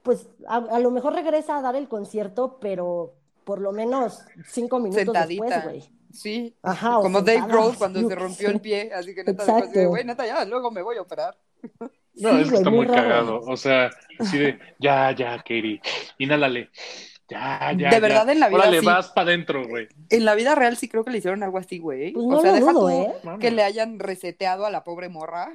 C: pues a, a lo mejor regresa a dar el concierto, pero por lo menos cinco minutos
D: Sentadita.
C: después, güey.
D: Sí,
C: Ajá, Ah, o
D: como Dave
C: sentada,
D: Gross cuando
C: yo
D: se
C: qué
D: rompió
C: sé.
D: el pie, así que neta dijo así de,
C: Exacto.
D: güey, neta ya, luego me voy a operar.
B: No,
C: Sí,
B: es que
C: güey,
B: está
C: muy
B: muy
C: raro.
B: cagado. O sea, así de, ya, ya, Katie, inhálale. Ya, Ah, ya.
D: De
B: ya.
D: verdad, en la vida
B: Órale,
D: sí.
B: vas para adentro, güey.
D: En la vida real sí creo que le hicieron algo así, güey.
C: Pues no
D: o sea,
C: lo
D: deja
C: dudo,
D: tú
C: ¿eh?
D: que le hayan reseteado a la pobre morra.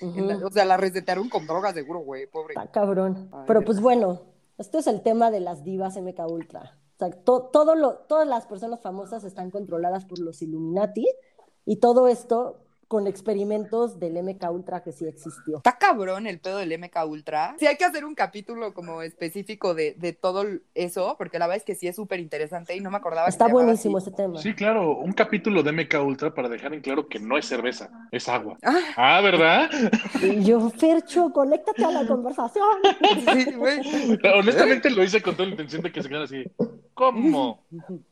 D: En la-
C: Ujú.
D: o sea, la resetearon con drogas seguro, güey, pobre.
C: Está Ah, cabrón.
D: Ay,
C: Pero
D: Dios.
C: pues bueno, esto es el tema de las divas MK Ultra. O sea, to- todo lo, todas las personas famosas están controladas por los Illuminati y todo esto con experimentos del MK Ultra que sí existió.
D: Está cabrón el pedo del MK Ultra. Sí hay que hacer un capítulo como específico de, de todo eso, porque la verdad es que sí es súper interesante y no me acordaba. que
C: Está
D: se llamaba
C: buenísimo
D: así.
C: ese tema.
B: Sí, claro, un capítulo de MK Ultra para dejar en claro que no es cerveza, es agua.
D: Ah,
B: Ah, ¿verdad?
C: Y yo, Fercho, conéctate a la conversación.
D: sí, güey. ¿Eh?
B: Honestamente lo hice con toda la intención de que se quedara así. ¿Cómo?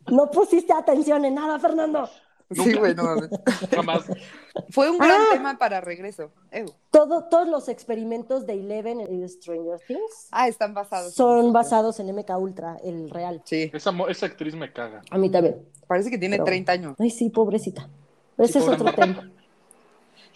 C: No pusiste atención en nada, Fernando.
D: Sí, güey, no mames.
B: Jamás.
D: Fue un gran
C: Ah.
D: tema para regreso. Ew.
C: Todo, todos los experimentos de Eleven y de Stranger Things
D: Ah, están basados.
C: son basados en MK Ultra, el real.
D: Sí,
B: Esa, mo- esa actriz me caga.
C: A mí también.
D: parece que tiene
C: Pero-
D: 30 años.
C: Ay, sí, pobrecita. Ese es
B: pobre
C: otro tema.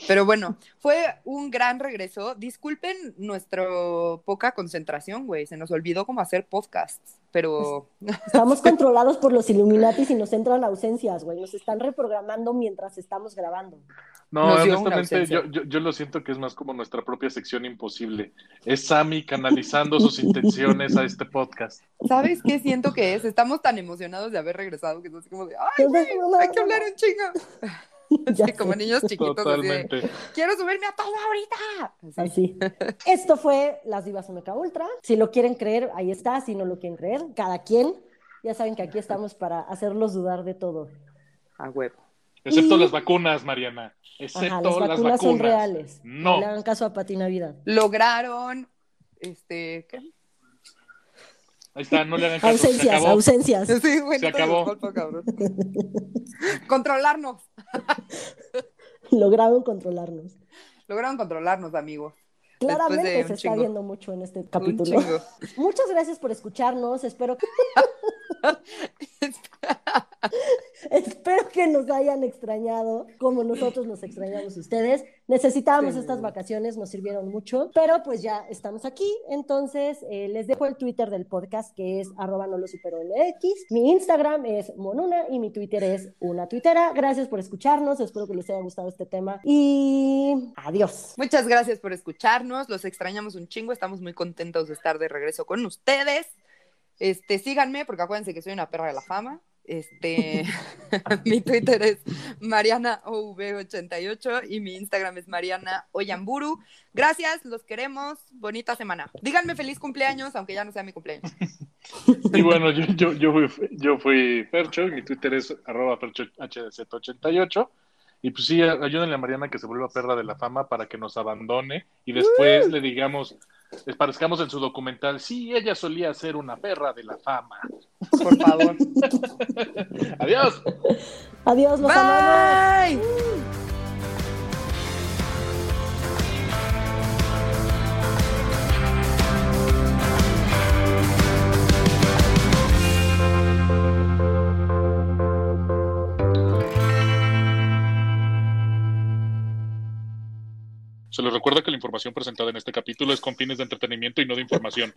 D: Pero bueno, fue un gran regreso. Disculpen nuestro poca concentración, güey. Se nos olvidó cómo hacer podcasts, pero
C: Estamos controlados por los Illuminatis y nos entran ausencias, güey. Nos están reprogramando mientras estamos grabando.
B: No,
D: Nos dio una
B: honestamente,
D: ausencia.
B: yo, yo, yo lo siento que es más como nuestra propia sección imposible. Es Sammy canalizando sus intenciones a este podcast.
D: ¿sabes qué siento que es? Estamos tan emocionados de haber regresado que es así como de, ay, güey, hay que hablar en chinga.
C: Ya
D: Sí, como
C: sé,
D: niños chiquitos, así de,
B: Totalmente.
D: quiero subirme a todo ahorita.
C: Así.
D: Así.
C: Esto fue Las Divas MK Ultra. Si lo quieren creer, ahí está. Si no lo quieren creer, cada quien. Ya saben que aquí estamos para hacerlos dudar de todo.
D: A huevo.
B: Excepto
C: Y-
B: las vacunas, Mariana. Excepto
C: Ajá, las vacunas, son reales.
B: No.
C: No le hagan caso a Pati Navidad.
D: Lograron, este, ¿qué?
B: Ahí está, no le hagan caso. se
C: Ausencias,
B: acabó.
C: ausencias.
D: Sí, güey,
B: Se
D: no te
B: acabó.
D: disculpo, cabrón. Controlarnos.
C: Lograron controlarnos.
D: Lograron controlarnos, amigos. Después de
C: Claramente
D: un
C: se está
D: chingo.
C: viendo mucho en este
D: Un
C: capítulo.
D: chingo.
C: Muchas gracias por escucharnos. Espero que, espero que nos hayan extrañado como nosotros nos extrañamos a ustedes. Necesitábamos
D: Sí.
C: estas vacaciones, nos sirvieron mucho, pero pues ya estamos aquí. Entonces eh, les dejo el Twitter del podcast que es arroba no lo supero LX. Mi Instagram es monuna y mi Twitter es una tuitera. Gracias por escucharnos. Espero que les haya gustado este tema y adiós.
D: Muchas gracias por escucharnos, los extrañamos un chingo, estamos muy contentos de estar de regreso con ustedes. Este, síganme porque acuérdense que soy una perra de la fama. Este, mi Twitter es marianaov88 y mi Instagram es marianaoyamburu. Gracias, los queremos. Bonita semana. Díganme feliz cumpleaños, aunque ya no sea mi cumpleaños.
B: Y bueno, yo, yo, yo, fui, yo fui Fercho y mi Twitter es arroba FerchoHDZ88. Y pues sí, ayúdenle a Mariana que se vuelva perra de la fama para que nos abandone y después le digamos, les parezcamos en su documental, sí, ella solía ser una perra de la fama.
D: Por favor.
B: Adiós.
C: Adiós, los amamos.
D: Bye.
B: Se les recuerda que la información presentada en este capítulo es con fines de entretenimiento y no de información.